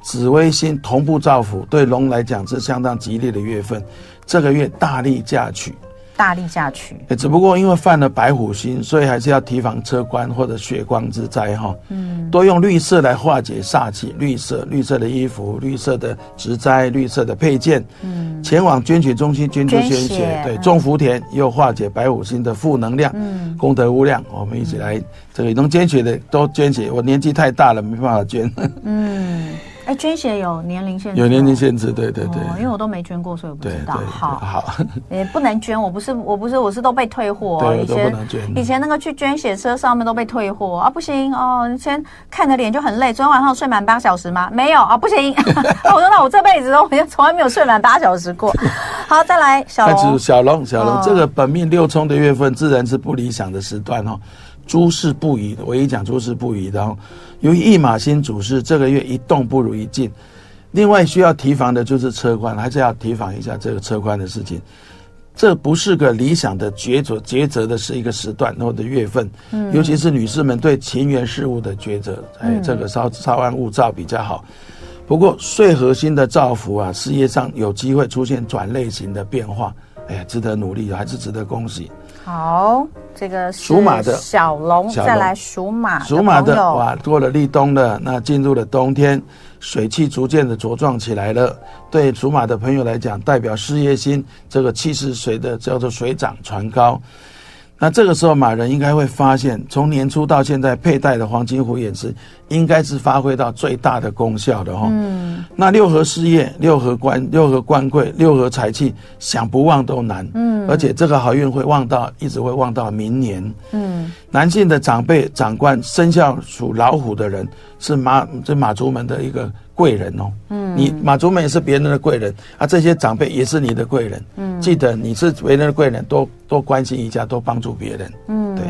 S2: 紫微星同步造福，对龙来讲是相当吉利的月份。这个月大力嫁娶，
S1: 大力下去，
S2: 欸只不过因为犯了白虎星，所以还是要提防车关或者血光之灾哈。嗯，多用绿色来化解煞气，绿色、绿色的衣服、绿色的植栽、绿色的配件。嗯，前往捐血中心捐出
S1: 捐
S2: 鲜
S1: 血
S2: 血，对，
S1: 嗯
S2: 种福田又化解白虎星的负能量，嗯，功德无量。我们一起来，
S1: 嗯
S2: 这个能捐血的都捐血，我年纪太大了，没办法捐，
S1: 嗯，哎，捐血有年龄限制，
S2: 有年龄限制，对对对。
S1: 哦，因为我都没捐过，所以我不
S2: 对
S1: 知
S2: 对，
S1: 道。
S2: 对
S1: 好，
S2: 好，
S1: 也不能捐，我不是，我不是，我是都被退货哦。
S2: 对
S1: 以
S2: 我都
S1: 前
S2: 不能捐
S1: 以前那个去捐血车上面都被退货啊，不行哦，你先看着脸就很累。昨天晚上睡满八小时吗？没有啊，不行。 啊，我说那我这辈子都我就从来没有睡满八小时 过。好，再来小
S2: 但是
S1: 龙，
S2: 小龙，小龙、
S1: 哦
S2: 这个本命六冲的月份，自然是不理想的时段哦。诸事不宜，我一讲诸事不宜的哦。由于驿马星主事，这个月一动不如一静。另外需要提防的就是车关，还是要提防一下这个车关的事情。这不是个理想的抉择，抉择的是一个时段或者月份，
S1: 嗯
S2: 尤其是女士们对情缘事物的抉择，哎，这个稍稍安勿躁比较好。不过岁核心的造福啊，事业上有机会出现转类型的变化，哎呀，值得努力，还是值得恭喜。
S1: 好，这个是
S2: 属马的
S1: 小龙，
S2: 小龙
S1: 再来属马的
S2: 属马的
S1: 朋友
S2: 哇，过了立冬了，那进入了冬天，水汽逐渐的茁壮起来了。对属马的朋友来讲，代表事业心，这个气势随着叫做水涨船高。那这个时候，马人应该会发现，从年初到现在佩戴的黄金虎眼石，应该是发挥到最大的功效的哈、嗯，那六合事业、六合官、六合官贵、六合财气，想不旺都难。嗯，而且这个好运会旺到，一直会旺到明年。男性的长辈、长官生肖属老虎的人是马这马族们的一个贵人哦。嗯，你马族们也是别人的贵人啊，这些长辈也是你的贵人。嗯，记得你是别人的贵人，多多关心一下，多帮助别人。嗯，对，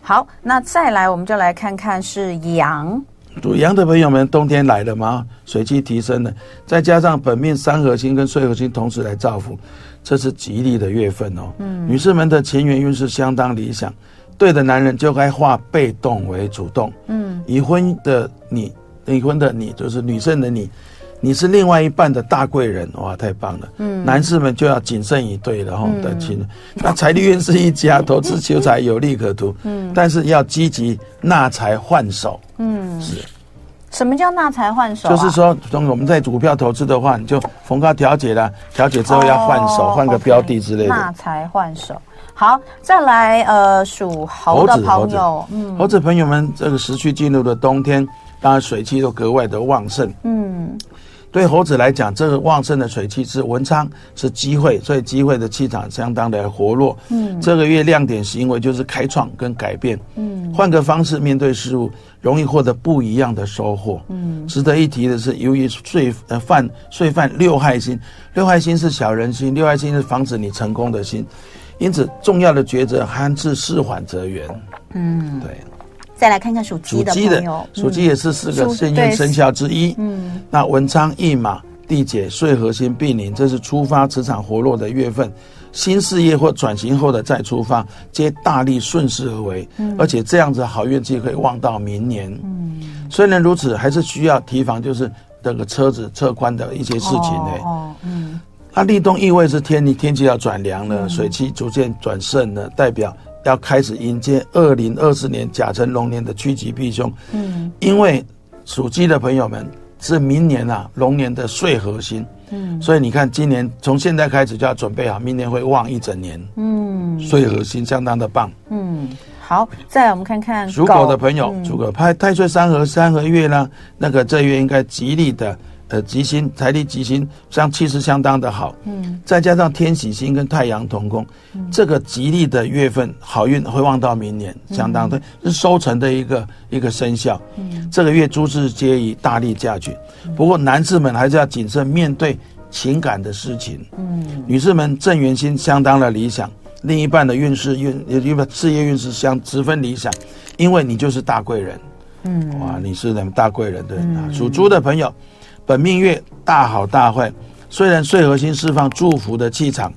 S1: 好，那再来我们就来看看是羊，
S2: 属羊的朋友们，冬天来了嘛，水气提升了，再加上本命三合星跟岁合星同时来造福，这是吉利的月份哦。嗯，女士们的情缘运势相当理想，对的男人就该化被动为主动。
S1: 嗯，
S2: 已婚的你，已婚的你就是女生的你，你是另外一半的大贵人，哇，太棒了！嗯，男士们就要谨慎以对了哈，的亲、那财力运是一家，投资求财有利可图，嗯，但是要积极纳财换手，嗯，是，
S1: 什么叫纳财换手、啊？
S2: 就是说，从我们在股票投资的话，你就逢高调节了，调节之后要换手，
S1: 哦
S2: 换个
S1: OK，
S2: 标的之类
S1: 纳
S2: 的。
S1: 财换手。好，再来呃，属猴的朋友，嗯
S2: 猴子朋友们，这个时序进入了冬天，当然水气都格外的旺盛，
S1: 嗯，
S2: 对猴子来讲，这个旺盛的水气是文昌，是机会，所以机会的气场相当的活络。嗯，这个月亮点行为就是开创跟改变。嗯，换个方式面对事物，容易获得不一样的收获。嗯，值得一提的是，由于罪呃犯罪犯六害星，六害星是小人星，六害星是防止你成功的心，因此重要的抉择还是事缓则圆。嗯，对。
S1: 再来看看属
S2: 属
S1: 鸡的
S2: 鸡
S1: 朋
S2: 的嗯
S1: 友，，
S2: 属鸡也是四个
S1: 属
S2: 幸
S1: 对
S2: 运生肖之一。嗯，那文昌、驿马、地解税核心并领，这是出发磁场活络的月份。新事业或转型后的再出发，皆大力顺势而为，嗯、而且这样子好运气可以望到明年。嗯，虽然如此，还是需要提防，就是这个车子侧宽的一些事情呢、欸哦。哦，嗯，那立冬意味是天气天气要转凉了，嗯、水汽逐渐转盛了，代表要开始迎接二零二四年甲辰龙年的趋吉避凶。嗯，因为属鸡的朋友们是明年啊龙年的税核心。嗯，所以你看，今年从现在开始就要准备好，明年会旺一整年。嗯，所以核心相当的棒。
S1: 嗯，好，再来我们看看
S2: 属狗的朋友，属狗拍太岁三合三合月呢，那个这月应该吉利的，呃，吉星财力吉星，像气势相当的好。嗯，再加上天喜星跟太阳同宫，嗯、这个吉利的月份好运会望到明年，相当的、嗯、是收成的一个一个生肖。嗯，这个月诸事皆宜大力嫁娶。不过，男士们还是要谨慎面对情感的事情。嗯，女士们正缘心相当的理想，另一半的运势运也事业运势相十分理想，因为你就是大贵人。嗯，哇，你是们大贵人对啊。属猪的朋友，本命月大好大坏，虽然岁核心释放祝福的气场，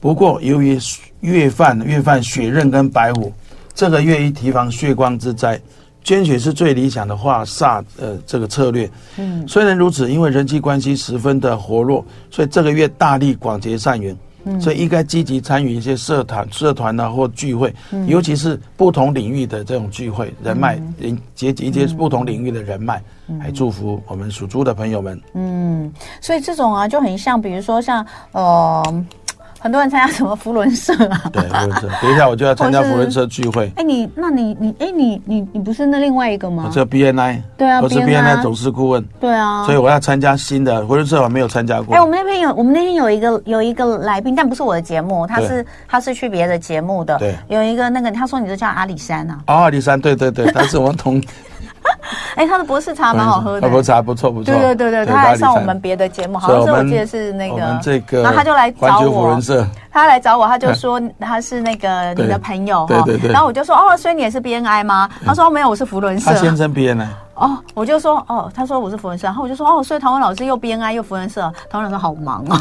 S2: 不过由于月犯月犯血刃跟白虎，这个月宜提防血光之灾。捐血是最理想的化煞，呃，这个策略。嗯，虽然如此，因为人际关系十分的活络，所以这个月大力广结善缘。嗯，所以应该积极参与一些社团、社团啊或聚会，嗯、尤其是不同领域的这种聚会，人脉
S1: 嗯
S2: 人结集一些不同领域的人脉。嗯、还祝福我们属猪的朋友们。
S1: 嗯，所以这种啊就很像，比如说像呃。很多人参加什么福伦社啊？
S2: 对，福伦社。等一下我就要参加福伦社聚会。
S1: 哎，你，那你，你，哎，你，你，你不是那另外一个吗？
S2: 我是 BNI。
S1: 对啊，
S2: 我是 BNI 董事顾问。
S1: 对啊。
S2: 所以我要参加新的福伦社，我没有参加过。
S1: 哎，我们那边有，我们那天有一个有一个来宾，但不是我的节目，他是他是去别的节目的。
S2: 对。
S1: 有一个那个，他说你就叫阿里山啊。
S2: 哦，阿里山，对对对，他是我们同。
S1: 哎， 他的博士茶蛮好喝的，
S2: 博士茶不错不错。
S1: 对对对对，他还上我们别的节目，好像是我记得是那个，然后他就来找我，啊他来找我，他就说他是那个你的朋友
S2: 哈，对对对。
S1: 然后我就说哦，所以你也是 BNI 吗？他说没有，我是福伦社。他
S2: 先生 BNI。
S1: 哦，我就说哦，他说我是福伦社，然后我就说哦，所以唐文老师又 BNI 又福伦社，唐文老师好忙哦。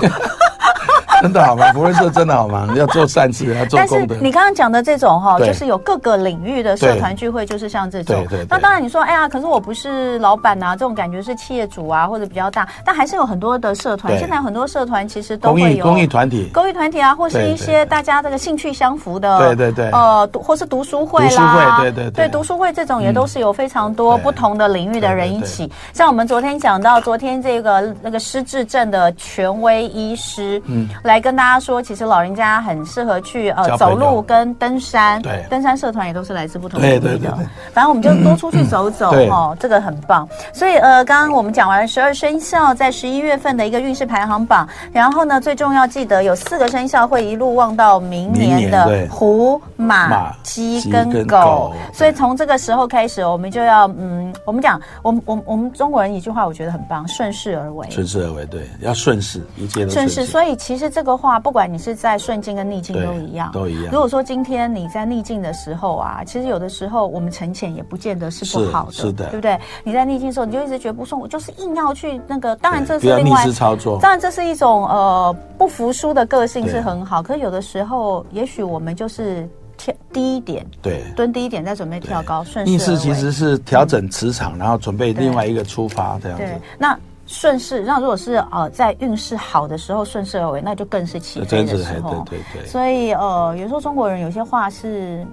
S2: 真的 好忙，福伦社真的好忙，要做善事，要做功德。
S1: 你刚刚讲的这种哈，就是有各个领域的社团聚会，就是像这种。
S2: 对对。
S1: 那当然，你说哎呀，可是我不是老板呐、啊，这种感觉是企业主啊，或者比较大，但还是有很多的社团。现在很多社团其实都会有
S2: 公益团体、
S1: 公益团体啊，或是一些大家这个兴趣相符的。
S2: 对对对。
S1: 呃，或是读书会啦，
S2: 对对嗯对，
S1: 读书会这种也都是有非常多不同的领域的人一起。像我们昨天讲到，昨天这个那个失智症的权威医师，嗯。来跟大家说，其实老人家很适合去呃走路跟登山，
S2: 对，
S1: 登山社团也都是来自不同领域的。
S2: 对对对
S1: 反正我们就多出去走走哦，这个很棒。所以呃，刚刚我们讲完了十二生肖在十一月份的一个运势排行榜，然后呢，最重要记得有四个生肖会一路望到明年的虎、马、鸡跟狗。所以从这个时候开始，我们就要嗯，我们讲，我们我我们中国人一句话，我觉得很棒，顺势而为。
S2: 顺势而为，对，要顺势，一切都
S1: 顺势。所以其实。这个话，不管你是在顺境跟逆境都一样，
S2: 都一样。
S1: 如果说今天你在逆境的时候啊，其实有的时候我们沉潜也不见得是不好的，
S2: 是的，
S1: 对不对？你在逆境的时候，你就一直觉不顺，我就是硬要去那个。当然这是
S2: 另外操作，
S1: 当然这是一种呃不服输的个性是很好，可是有的时候也许我们就是。跳低一点，
S2: 对，
S1: 蹲低一点，再准备跳高，顺势。
S2: 逆势其实是调整磁场，嗯、然后准备另外一个出发这样子。
S1: 对，那。顺势，那如果是呃在运势好的时候顺势而为，那就更是
S2: 呃
S1: 起飞的时候。
S2: 对对对。
S1: 所以呃，有时候中国人有些话是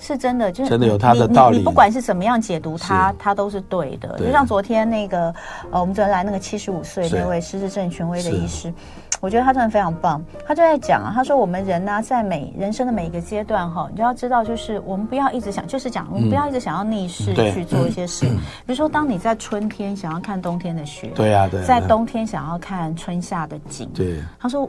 S1: 是真的，就是
S2: 真的有他的道理。
S1: 你不管是怎么样解读它，它都是对的。就像昨天那个呃，我们昨天来那个七十五岁那位失智症权威的医师，我觉得他真的非常棒。他就在讲啊，他说我们人呢、啊，在每人生的每一个阶段哈，你就要知道，就是我们不要一直想，就是
S2: 嗯
S1: 讲我们不要一直想要逆势去做一些事。比如说，当你在春天想要看冬天的雪，
S2: 对啊。对啊、
S1: 在冬天想要看春夏的景，
S2: 对，
S1: 他说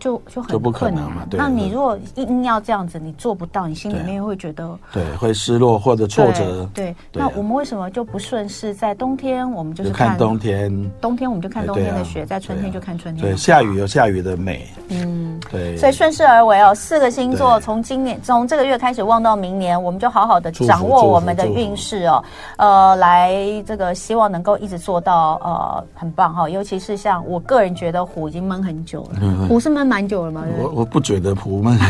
S1: 就就很困难
S2: 嘛。
S1: 那你如果硬要这样子，你做不到，你心里面会觉得
S2: 对，会失落或者挫折。
S1: 对，对对啊、那我们为什么就不顺势？在冬天我们就是
S2: 看冬天，哎
S1: 冬天我们就看冬天的雪，啊、在春天就看春天。
S2: 对，下雨有下雨的美。嗯，对
S1: 所以顺势而为哦，四个星座
S2: 对
S1: 从今年从这个月开始望到明年，我们就好好的
S2: 祝福
S1: 掌握
S2: 祝福
S1: 我们的
S2: 祝福
S1: 运势哦，呃，来这个希望能够一直做到呃很棒哈、尤其是像我个人觉得虎已经闷很久了，
S2: 嗯
S1: 虎是闷蛮久了嘛，对不对
S2: 我我不觉得普闷，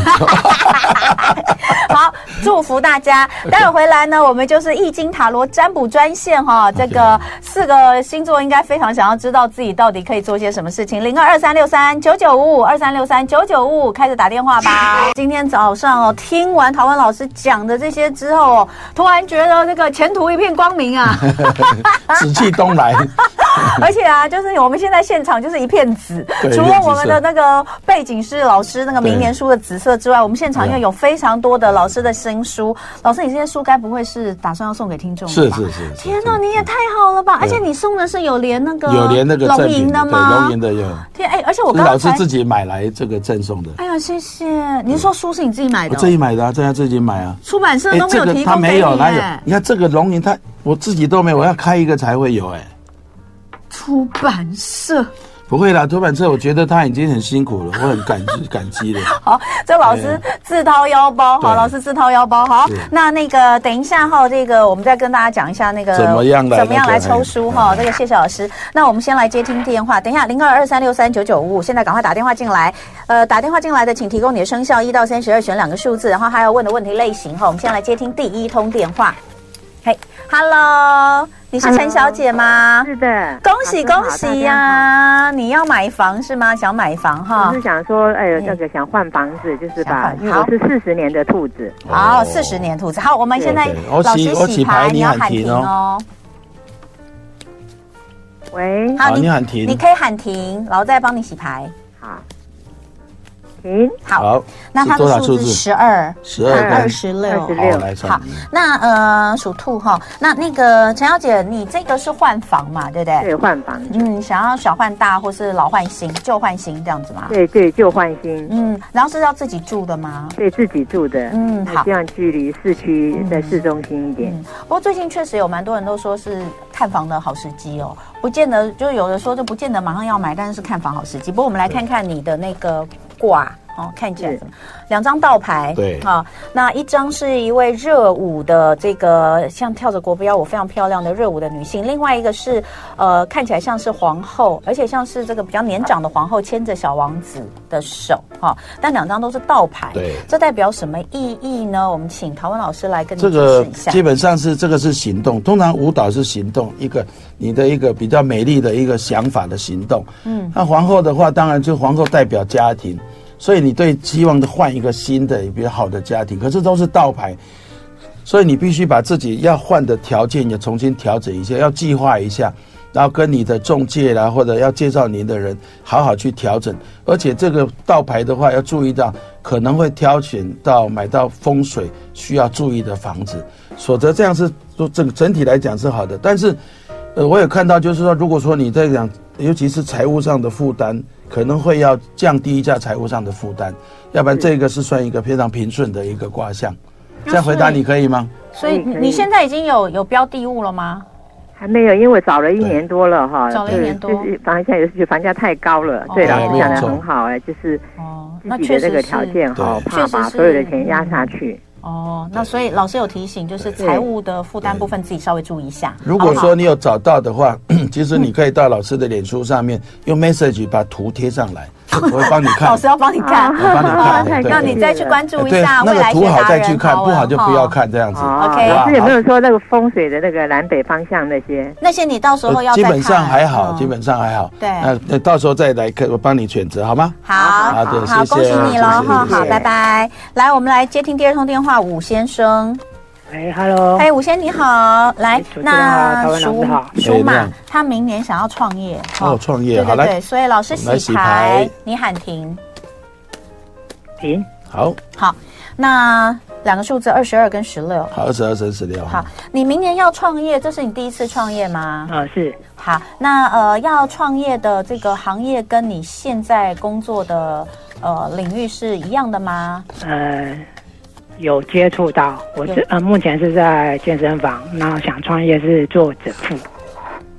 S1: 好，祝福大家。待会回来呢，我们就是易经塔罗占卜专线哈。这个四个星座应该非常想要知道自己到底可以做些什么事情。零二二三六三九九五五二三六三九九五五，开始打电话吧。今天早上哦，听完陶文老师讲的这些之后哦，突然觉得这个前途一片光明啊！
S2: 紫气东来，
S1: 而且啊，就是我们现在现场就是一片紫，
S2: 对
S1: 除
S2: 一
S1: 了
S2: 片紫
S1: 我们的那个背景是老师那个明年书的紫色之外，我们现场因为有非常多的老师的新书，老师，你这些书该不会是打算要送给听众的
S2: 是
S1: 吧？
S2: 是是。
S1: 天
S2: 哪
S1: 哪，，你也太好了吧！而
S2: 对
S1: 且你送的是有连那个
S2: 有连那个赠
S1: 龙
S2: 品
S1: 吟
S2: 对
S1: 的吗？
S2: 龙吟的有，
S1: 天哎，而且我
S2: 是
S1: 刚
S2: 老
S1: 刚
S2: 师
S1: 才
S2: 自己买来这个赠送的，
S1: 哎呀，谢谢！您说书是你自己买
S2: 我
S1: 的
S2: 自
S1: 哦，
S2: 己买的啊，这要自己买啊。
S1: 出版社
S2: 哎
S1: 都没
S2: 这
S1: 有
S2: 个
S1: 提
S2: 他
S1: 供
S2: 没
S1: 给
S2: 有，
S1: 你
S2: 哪有
S1: 哎？，
S2: 你看这个龙吟，他我自己都没有，我要开一个才会有哎、
S1: 出版社。
S2: 不会啦，出版社我觉得他已经很辛苦了，我很感激感 激的。
S1: 好，这老师自掏腰包，好，
S2: 对
S1: 老师自掏腰包，好
S2: 是。
S1: 那那个等一下哈，这个我们再跟大家讲一下那个
S2: 怎么样来
S1: 怎么样
S2: 那个哎
S1: 来抽书哈，这个谢谢老师。那我们先来接听电话，等一下零二二三六三九九五，现在赶快打电话进来。呃，打电话进来的请提供你的生肖一到三十二选两个数字，然后还要问的问题类型哈。我们先来接听第一通电话。嘿，Hello，你是陈
S3: Hello
S1: 小姐吗？
S3: 是的，
S1: 啊
S3: 啊
S1: 恭喜
S3: 嗯老师好
S1: 恭喜！呀、
S3: 大家
S1: 你要买房是吗？想买房
S3: 好
S1: 哈
S3: 我是？想说，哎呦，
S1: 嗯
S3: 这个想换房子，就是
S1: 想
S3: 把
S1: 换，
S3: 因为
S1: 好
S3: 我是四十年的兔子，
S1: 好，四十年兔子。好，我们现在
S2: 对对
S1: 老
S2: 我洗
S1: 师
S2: 我
S1: 哦洗
S2: 洗
S1: 牌，
S2: 牌
S1: 你
S2: 你
S1: 要
S2: 喊
S1: 喊停
S2: 停
S1: 哦。
S3: 喂，
S2: 好，
S1: 你
S2: 哦你喊停
S1: 你。可以喊停，然后再帮你洗牌。
S3: 好，停，
S1: 好，
S2: 好，
S1: 那它
S2: 是多
S1: 的
S2: 少
S1: 数
S2: 数
S1: 字
S2: 字
S1: 十二、
S2: 十二
S1: 二
S2: 跟
S1: 十六。
S3: 26
S2: 好来
S1: 好
S2: 算。，
S1: 那呃属兔哈，那那个陈小姐，你这个是换房嘛，对不对？
S3: 对，换房，
S1: 嗯，想要小换大，或是老换新、旧换新这样子吗？
S3: 对对，旧换新，
S1: 嗯，然后是要自己住的吗？
S3: 对自己住的，
S1: 嗯，好
S3: 这。样距离市区在市中心一点，
S1: 嗯，不过最近确实有蛮多人都说是看房的好时机哦，不见得就有的说就不见得马上要买，但是看房好时机。不过我们来看看你的那个卦哦，看起来
S3: 是
S1: 怎么两张道牌
S2: 对
S1: 啊，那一张是一位热舞的这个像跳着国标舞非常漂亮的热舞的女性，另外一个是呃看起来像是皇后，而且像是这个比较年长的皇后牵着小王子的手哈、但两张都是道牌，
S2: 对
S1: 这代表什么意义呢？我们请陶文老师来跟你
S2: 这
S1: 解
S2: 个
S1: 释一下。
S2: 基本上是这个是行动，通常舞蹈是行动，一个你的一个比较美丽的一个想法的行动。嗯，那皇后的话，当然就皇后代表家庭，所以你对希望的换一个新的比较好的家庭，可是都是倒牌，所以你必须把自己要换的条件也重新调整一下，要计划一下。然后跟你的中介啦，或者要介绍您的人，好好去调整。而且这个倒牌的话，要注意到可能会挑选到买到风水需要注意的房子，否则这样是就整整体来讲是好的。但是，呃，我有看到就是说，如果说你在讲，尤其是财务上的负担，可能会要降低一下财务上的负担，要不然这个是算一个非常平顺的一个卦象。这样回答你可以吗？
S1: 所以
S3: 嗯可
S1: 你
S3: 以可以
S1: 你现在已经有有标的物了吗？
S3: 还没有，因为我找了一年多了哈，
S1: 找了一
S3: 啊对
S1: 年多
S3: 就是房价有房价太高了，对，
S1: 哦
S3: 老师
S1: 对
S3: 讲的
S1: 没错
S3: 很好，哎，就是
S1: 哦，那
S3: 自己的
S1: 确
S3: 这
S1: 实
S3: 个条
S1: 是
S3: 件哈，
S2: 对
S3: 怕
S1: 确实
S3: 把
S1: 是
S3: 所有的钱压下去，
S1: 哦。那所以老师有提醒，就是
S3: 对
S1: 财务的负担部分自己稍微注意一下。
S2: 如果
S1: 好不好
S2: 说你有找到的
S1: 哦
S2: 话， 其实你可以到老师的脸书上面用 message 把图贴上来，我会帮你看。
S1: 老师要帮你看，
S2: 我
S3: 啊
S2: 帮你 看
S3: 太
S2: 对
S1: 让
S3: 感
S1: 你
S3: 谢
S1: 再去
S3: 了
S1: 关注一
S2: 对
S1: 下
S2: 那
S1: 未
S2: 个
S1: 来
S2: 图
S1: 学
S2: 好
S1: 达
S2: 再
S1: 人啊
S2: 去看，
S1: 陶
S2: 不
S1: 文
S2: 啊好就不要。
S1: 哈
S2: 看这样子。
S3: 哦
S1: OK
S3: 老师有没有说那个风水的那个南北方向那些？
S1: 那些你到时候要
S2: 呃基
S1: 再
S2: 本上
S1: 看
S2: 还好，
S1: 嗯
S2: 基本上还好。
S1: 对
S2: 那那到时候再来看，我帮你选择好吗？
S1: 好
S3: 好
S2: 好的
S1: 好，
S2: 啊谢谢
S1: 恭喜你喽
S3: 谢谢
S1: 哈！
S3: 谢谢
S1: 好，拜拜。来，我们来接听第二通电话，武先生。
S4: 喂，Hello，
S1: 哎，武先你好，来
S4: 哦哎主，持人好
S1: 那
S4: 陶文老
S1: 属
S4: 师好
S1: 属
S2: 哎那
S1: 马
S2: 样，
S1: 他明年想要创业。哈
S2: 哦，创业
S1: 对对
S2: 好来
S1: 对，所以老师
S2: 我们来
S1: 洗
S2: 洗
S1: 牌
S2: 牌，
S1: 你喊停。
S4: 停，
S2: 好
S1: 好，那两个数字二十二跟十六。
S2: 好，二十二升十六。
S1: 好，你明年要创业，这是你第一次创业吗？
S4: 啊、是
S1: 好，那呃，要创业的这个行业跟你现在工作的呃领域是一样的吗？
S4: 呃有接触到，我是呃目前是在健身房，然后想创业是做整复，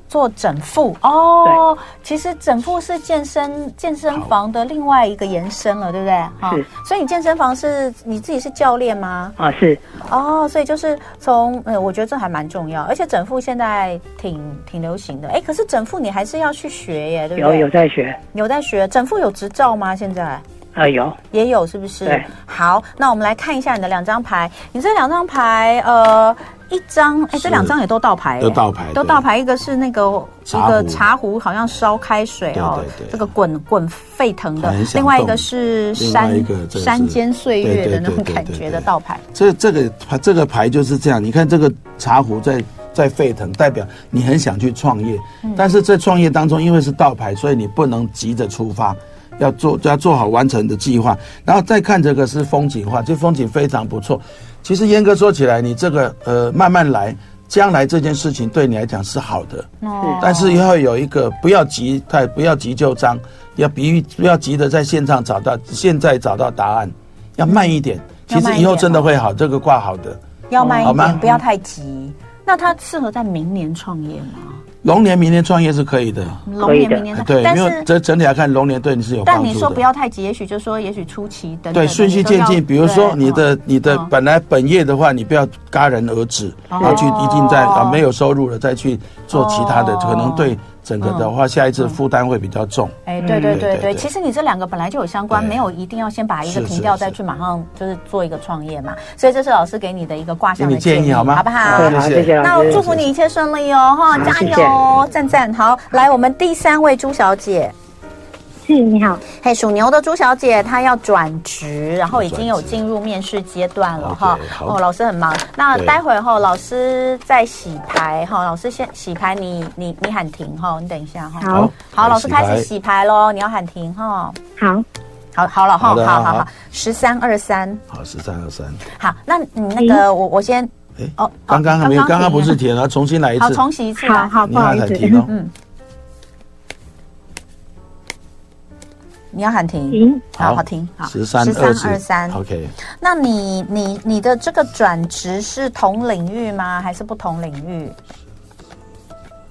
S1: 做整复哦。其实整复是健身健身房的另外一个延伸了，对不对？哈
S4: 是
S1: 所以你健身房是你自己是教练吗？
S4: 啊，是
S1: 哦，所以就是从呃，我觉得这还蛮重要，而且整复现在挺挺流行的。哎，可是整复你还是要去学耶，对不
S4: 有
S1: 对？
S4: 有在学
S1: 有在学整复有执照吗？现在？
S4: 啊，有
S1: 也有是不是
S4: 对？
S1: 好，那我们来看一下你的两张牌，你这两张牌，呃，一张，哎，这
S2: 是
S1: 两张也都倒牌、
S2: 都
S1: 哎
S2: 倒牌
S1: 都
S2: 对
S1: 倒牌，一个是那个
S2: 茶
S1: 一个
S2: 壶
S1: 茶壶，好像烧开水哦
S2: 对对，对
S1: 这个滚滚沸腾的
S2: 很，想
S1: 另外一
S2: 动
S1: 个是
S2: 另外
S1: 山
S2: 一个这个是
S1: 山间岁
S2: 对
S1: 月
S2: 对
S1: 的那种
S2: 对对
S1: 感
S2: 对
S1: 觉
S2: 对
S1: 的倒牌，
S2: 这这个牌这个牌就是这样，你看这个茶壶在在沸腾，代表你很想去创业，但是在创业当中，因为是倒牌，所以你不能急着出发。要做要做好完成的计划，然后再看这个是风景画，这风景非常不错。其实严格说起来，你这个呃慢慢来，将来这件事情对你来讲是好的，
S1: 哦
S2: 但是要有一个不要急太不要急就章，要比不要急着在线上找到现在找到答案，要慢一点。
S1: 要
S2: 其
S1: 慢一点
S2: 实
S1: 哦
S2: 以后真的会好，这个挂好的。
S1: 要慢一
S2: 好吗
S1: 点，不要太急。那它适合在明年创业吗？
S2: 龙年明年创业是可以的，
S1: 龙
S4: 可以
S1: 年、
S4: 的
S1: 明年创
S2: 对，
S1: 但
S2: 因
S1: 是
S2: 为整整体来看，龙年对你是有
S1: 但
S2: 帮
S1: 你
S2: 助
S1: 说不
S2: 的。
S1: 要太急，也许就说也许初期等等
S2: 对，
S1: 的
S2: 循序
S1: 你就
S2: 渐
S1: 要
S2: 进。比如
S1: 对
S2: 说你
S1: 嗯
S2: 的你的
S1: 嗯
S2: 本来本业的话，你不要戛然而止，
S1: 哦
S2: 要去一定在啊没有收入了再去做其他的，
S1: 哦
S2: 可能对整个的话下一
S1: 嗯
S2: 次负担会比较重。
S1: 哎，对对对
S2: 嗯对
S1: 对，
S2: 对
S1: 其实你这两个本来就有相关，
S2: 对
S1: 没有一定要先把一个
S2: 是
S1: 停
S2: 是
S1: 掉，
S2: 是
S1: 再去马上就是做一个创业嘛。所以这是老师给你的一个卦象
S2: 给
S1: 的
S2: 你建
S1: 建
S2: 议
S1: 议，
S2: 好吗
S1: 好不好？
S4: 对，好，
S2: 谢谢
S4: 谢谢
S1: 那
S4: 老
S1: 我
S4: 师
S1: 祝。福你一切顺利哦，哈，加
S4: 谢谢
S1: 油，赞赞。好，来，我们第三位朱小姐，
S5: 是你好，
S1: 嘿，属牛的朱小姐，她要转职，然后已经有
S2: 转职
S1: 进入面试阶段了哈
S2: OK，。好
S1: 哦，老师很忙。那
S2: 对
S1: 待会后老师在洗牌哈，老师先洗牌，你你你喊停哈，你等一下哈。
S5: 好
S1: 好，老师开
S2: 来
S1: 始洗牌喽，你要喊停哈。
S5: 好，
S1: 好好了哈，
S2: 好的
S1: 好好
S2: 好
S1: 好
S2: 好，
S1: 十三二三，
S2: 好，十三二三。
S1: 好，那你那个我我先
S2: 哎，
S1: 哦，
S2: 刚刚还没有，刚刚不是
S1: 停
S2: 填了，重新来一
S1: 了好
S2: 次。
S1: 重洗一次
S5: 好
S1: 吧，
S5: 好，
S2: 你
S5: 不好
S2: 看
S5: 意
S2: 才
S5: 思，
S2: 停哦。
S1: 嗯，你要喊停，
S5: 停，
S1: 好
S2: 好
S1: 好停，好
S2: 十三
S1: 13二三。
S2: OK，
S1: 那你你你的这个转职是同领域吗？还是不同领域？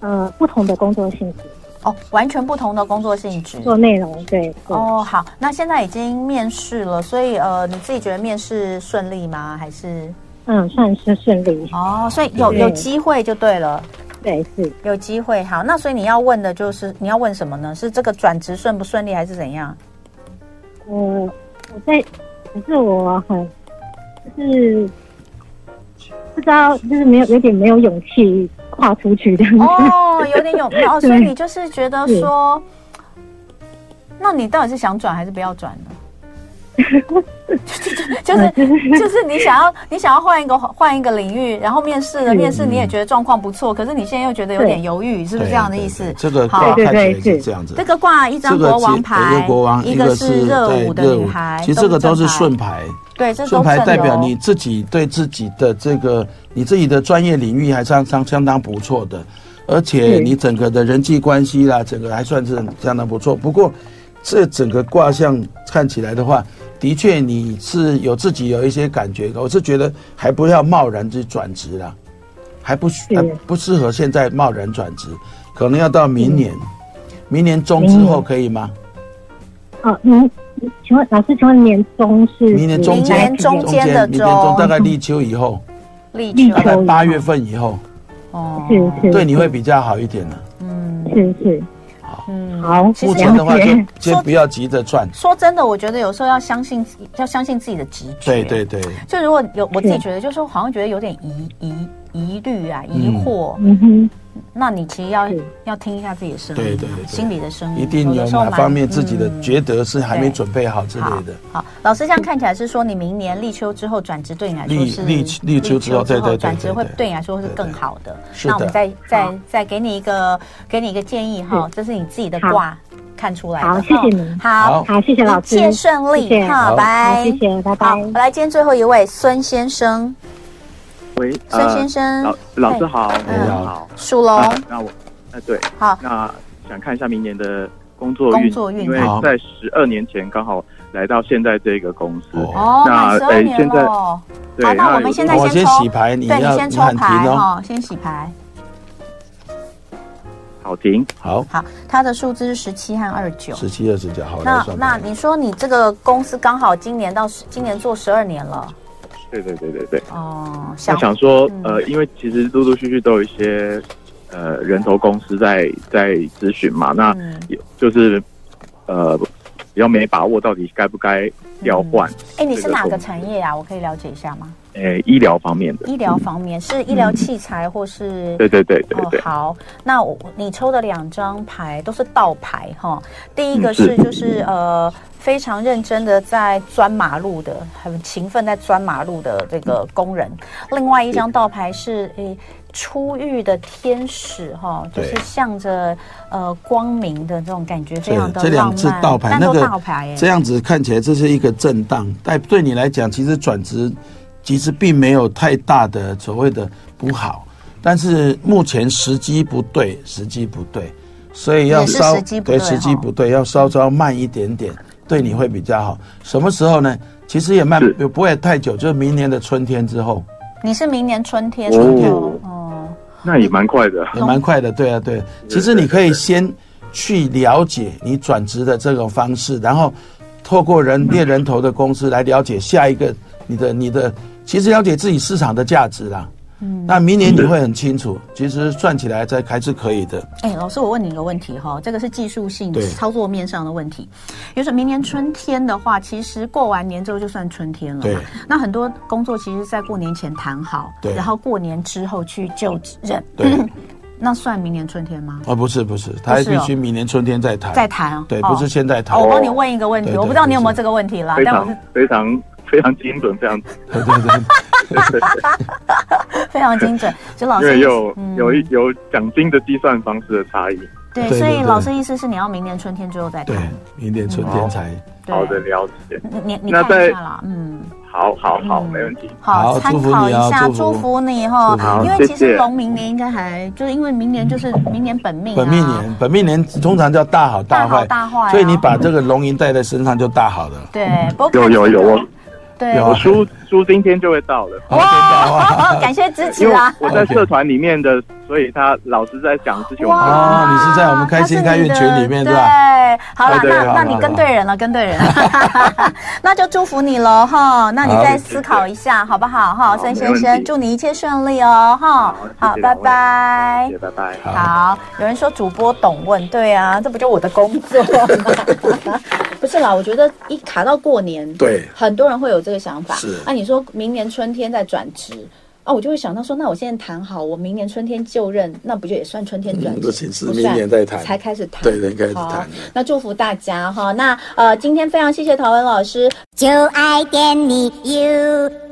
S5: 呃，不同的工作性质，
S1: 哦，完全不同的工作性质。
S5: 做内容，对，对
S1: 哦，好，那现在已经面试了，所以呃，你自己觉得面试顺利吗？还是
S5: 嗯，算是顺利，
S1: 哦，所以有
S5: 对
S1: 有机会就对了。
S5: 对，是，
S1: 有机会，好，那所以你要问的就是你要问什么呢？是这个转职顺不顺利，还是怎样？
S5: 呃，我在，可是我很，就是不知道，就是没有，有点没有勇气跨出去这样子，
S1: 哦， 有点有哦，所以
S5: 对
S1: 你就是觉得说，那你到底是想转还是不要转 呢？
S5: 啊
S1: 就是就是你想要你想要换一个换一个领域，然后面试了，
S5: 嗯
S1: 面试你也觉得状况不错，可是你现在又觉得有点犹豫，是不是
S2: 对
S1: 这样的意思
S2: 对？对这个
S1: 好
S2: 卦
S5: 对
S2: 看起
S5: 对
S2: 来
S5: 对
S2: 是这样子
S1: 这。个挂一张
S2: 这个
S1: 国王
S2: 其
S1: 牌，
S2: 一个国王，
S1: 一个是热
S2: 对
S1: 舞的女孩，
S2: 其实这个都是
S1: 正牌
S2: 顺牌，
S1: 对，这
S2: 顺
S1: 都
S2: 牌
S1: 正
S2: 代表
S1: 的哦
S2: 你自己对自己的这个你自己的专业领域还相相相当不错的，而且
S5: 嗯
S2: 你整个的人际关系啦，整个还算是相当不错。不过这整个卦象看起来的话，的确你是有自己有一些感觉，我是觉得还不要贸然去转职啦，还不还不适合现在贸然转职，可能要到
S1: 嗯
S2: 明年，明年中之
S5: 明
S2: 后
S5: 年
S2: 可以吗？
S5: 哦，您，请问老师，请问年终是
S2: 明年中
S1: 明
S2: 间，
S1: 年中间的
S2: 明年中
S1: 中
S2: 大概立秋以后，
S1: 立
S5: 立
S1: 秋
S2: 大概
S5: 秋以
S2: 八
S5: 后
S2: 月份以后，
S1: 哦
S5: 嗯是是
S2: 对你会比较好一点呢。
S1: 嗯
S5: 是是，
S1: 嗯
S5: 好，
S1: 其
S2: 目
S1: 实
S2: 前的话
S5: 了
S2: 就
S5: 解
S2: 先不要急着赚，
S1: 说真的，我觉得有时候要相信，要相信自己的直觉。
S2: 对对。对，
S1: 就如果有我自己
S5: 是
S1: 觉得，就是好像觉得有点疑疑疑虑啊、疑惑，
S5: 嗯哼，
S1: 那你其实要
S5: 是
S1: 要听一下自己的声音，
S2: 对对对
S1: 心里的声音，
S2: 一定有
S1: 的时候
S2: 哪
S1: 蛮
S2: 方面自己的
S1: 嗯
S2: 觉得是还没
S1: 对
S2: 准备好之类的。
S1: 好，老师这样看起来是说，你明年立秋之后转职对你来说
S2: 立
S1: 是
S2: 立立秋之后对对对
S1: 转职会
S2: 对对
S1: 对你来说是更好的。
S2: 是
S1: 那我们
S2: 的
S1: 再再
S5: 好
S1: 再给你一个给你一个建议哈，这是你自己的
S5: 好
S1: 卦看出来的。
S5: 好，谢
S1: 哈
S5: 谢您，
S1: 好，
S5: 好，谢谢老
S1: 一
S5: 师，
S1: 切顺利
S5: 谢谢
S1: 哈，
S2: 好
S1: 拜
S5: 好，。谢谢，拜
S1: 好，
S5: 拜。
S1: 我来今天最后一位孙先生，
S6: 喂，
S1: 孙
S6: 呃，
S1: 先生
S6: 老老师好，
S2: 嗯
S6: 你好，
S1: 属龙，
S6: 啊那我，呃，对，
S1: 好，
S6: 那想看一下明年的工作
S1: 工
S6: 运，
S1: 作运
S6: 因为
S2: 好
S6: 在十二年前刚好来到现在这个公司，
S2: 哦
S1: 哦，
S6: 那
S1: 满十二
S6: 哎
S1: 年
S6: 现在
S1: 了哦，
S6: 对
S1: 好，那我们
S6: 有
S1: 现在
S2: 我
S1: 先
S2: 先
S1: 抽
S2: 洗牌，你哦
S1: 对你
S2: 要
S1: 先
S2: 你
S1: 抽
S2: 喊停
S1: 牌
S2: 哦。
S1: 哈，先洗牌。
S6: 好停，
S2: 好，
S1: 好，它的数字是十七和二九。
S2: 十七、二十九，好，来
S1: 那
S2: 算
S1: 那
S2: 吧。
S1: 你说你这个公司刚好今年到十今年做十二年了，
S6: 对对对对对。
S1: 哦，
S6: 他
S1: 想
S6: 想说，
S1: 嗯
S6: 呃，因为其实陆陆续续都有一些呃人头公司在在咨询嘛，那
S1: 嗯，
S6: 有就是呃比较没把握，到底该不
S1: 嗯
S6: 该调换？
S1: 哎，你是
S6: 这个
S1: 哪
S6: 公
S1: 个
S6: 司
S1: 产业啊呀、我可以了解一下吗？
S6: 呃，医疗方面的。
S1: 医疗方面是医疗器材或是？
S6: 嗯对对对对对
S1: 哦，，好，那我你抽的两张牌都是倒牌哈。第一个
S6: 嗯
S1: 是
S6: 是
S1: 就是呃非常认真的在钻马路的，很勤奋在钻马路的这个工人。另外一张倒牌是诶出狱的天使哈，就
S2: 对
S1: 是向着呃光明的这种感觉，非常的
S2: 这
S1: 浪
S2: 两
S1: 漫。
S2: 次倒牌，
S1: 但
S2: 那
S1: 都
S2: 个
S1: 倒牌
S2: 这
S1: 耶。
S2: 样子看起来这是一个震荡，但对你来讲，其实转职其实并没有太大的所谓的不好，但是目前时机不对，时机不对，所以要
S1: 也是
S2: 稍
S1: 时机不对
S2: 时机
S1: 哈
S2: 不对，要稍稍慢一点点，对你会比较好。什么时候呢？其实也慢
S6: 是，
S2: 也不会太久，就是明年的春天之后，
S1: 你是明年春天
S6: 哦
S1: 左右哦。
S6: 那也蛮快的。
S1: 嗯
S2: 也蛮快的。对啊，对。其实你可以先去了解你转职的这种方式，然后透过人猎人头的公司来了解下一个你的你的，其实了解自己市场的价值啦。嗯，那明年你会很清楚，其实算起来在还是可以的。
S1: 哎，老师，我问你一个问题哈，这个是技术性
S2: 对
S1: 操作面上的问题。比如说明年春天的话，其实过完年之后就算春天了
S2: 对
S1: 嘛。那很多工作其实，在过年前谈好，
S2: 对
S1: 然后过年之后去就任，
S2: 对，
S1: 那算明年春天吗？
S2: 啊，不是不是，他还
S1: 不是
S2: 必
S1: 哦
S2: 须明年春天再谈。
S1: 再谈
S2: 对，
S1: 哦
S2: 不是现在谈
S1: 哦，。我帮你问一个问题，
S2: 对对
S1: 我不知道你有没有这个问题啦
S6: 非，
S1: 但我
S6: 常
S1: 是
S6: 非常非常精准，非常
S2: 对对对，
S1: 非常精准。就老
S6: 因为
S1: 师
S6: 有
S1: 嗯
S6: 有一有奖金的计算方式的差异。
S1: 对，
S2: 对对
S1: 所以
S2: 对
S1: 老师意思是你要明年春天之后再
S2: 对
S1: 谈。，
S2: 明年春天才。
S6: 好的，，了解。
S1: 你你你
S6: 那
S1: 看一
S6: 在
S1: 下啦，嗯。
S6: 好好好，
S1: 嗯
S6: 没问题。
S1: 好，
S2: 好
S1: 参
S2: 祝福
S1: 考一
S2: 你哦
S1: 下，
S2: 祝福
S1: 祝福你哈
S2: 祝福。你
S1: 因为
S6: 好
S1: 其
S6: 谢
S1: 实
S6: 谢
S1: 龙明年应该还就是因为明年就是明年本命啊，
S2: 本命年，本命年通常叫大好
S1: 大好
S2: 坏，
S1: 大坏啊
S2: 所以你把这个龙吟带在身上就大好了。
S1: 对，不过
S6: 有
S1: 看
S6: 有有，我
S1: 对，
S2: 有啊
S6: 我输输今天就会到了。
S2: 好，真的哇
S1: 感谢支持
S6: 因为
S1: 啊。
S6: 我在社团里面的，所以他老师在讲之前，我们
S2: 哇哦你是在我们开心开运群里面
S1: 他你
S2: 是
S1: 的
S2: 吧
S1: 对，好了，
S6: 哦对
S1: 那
S6: 好
S1: 那
S2: 好
S1: 你
S2: 好
S1: 跟对人了，跟对人了， 那就祝福你了哈。那你
S2: 好
S1: 再思考一下好不好哈，
S6: 好
S1: 孙
S6: 没
S1: 先
S6: 问
S1: 生，
S6: 题
S1: 祝你一切顺利哦哈
S6: 好
S1: 好，
S6: 谢谢。两
S1: 拜拜
S6: 位谢谢，。拜拜。
S2: 好
S1: 好，有人说主播懂问，对啊，这不就我的工作吗？不是啦，我觉得一卡到过年，
S2: 对，
S1: 很多人会有这个想法。
S2: 是
S1: 啊，你说明年春天再转职。啊，我就会想到说，那我现在谈好，我明年春天就任，那不就也算春天转职？
S2: 嗯不行是
S1: 不
S2: 明
S1: 算
S2: 年再谈
S1: 才开始谈。
S2: 对对开始
S1: 好
S2: 谈
S1: 那祝福大家哈。那呃，今天非常谢谢陶文老师，
S7: 就爱点你 UFO。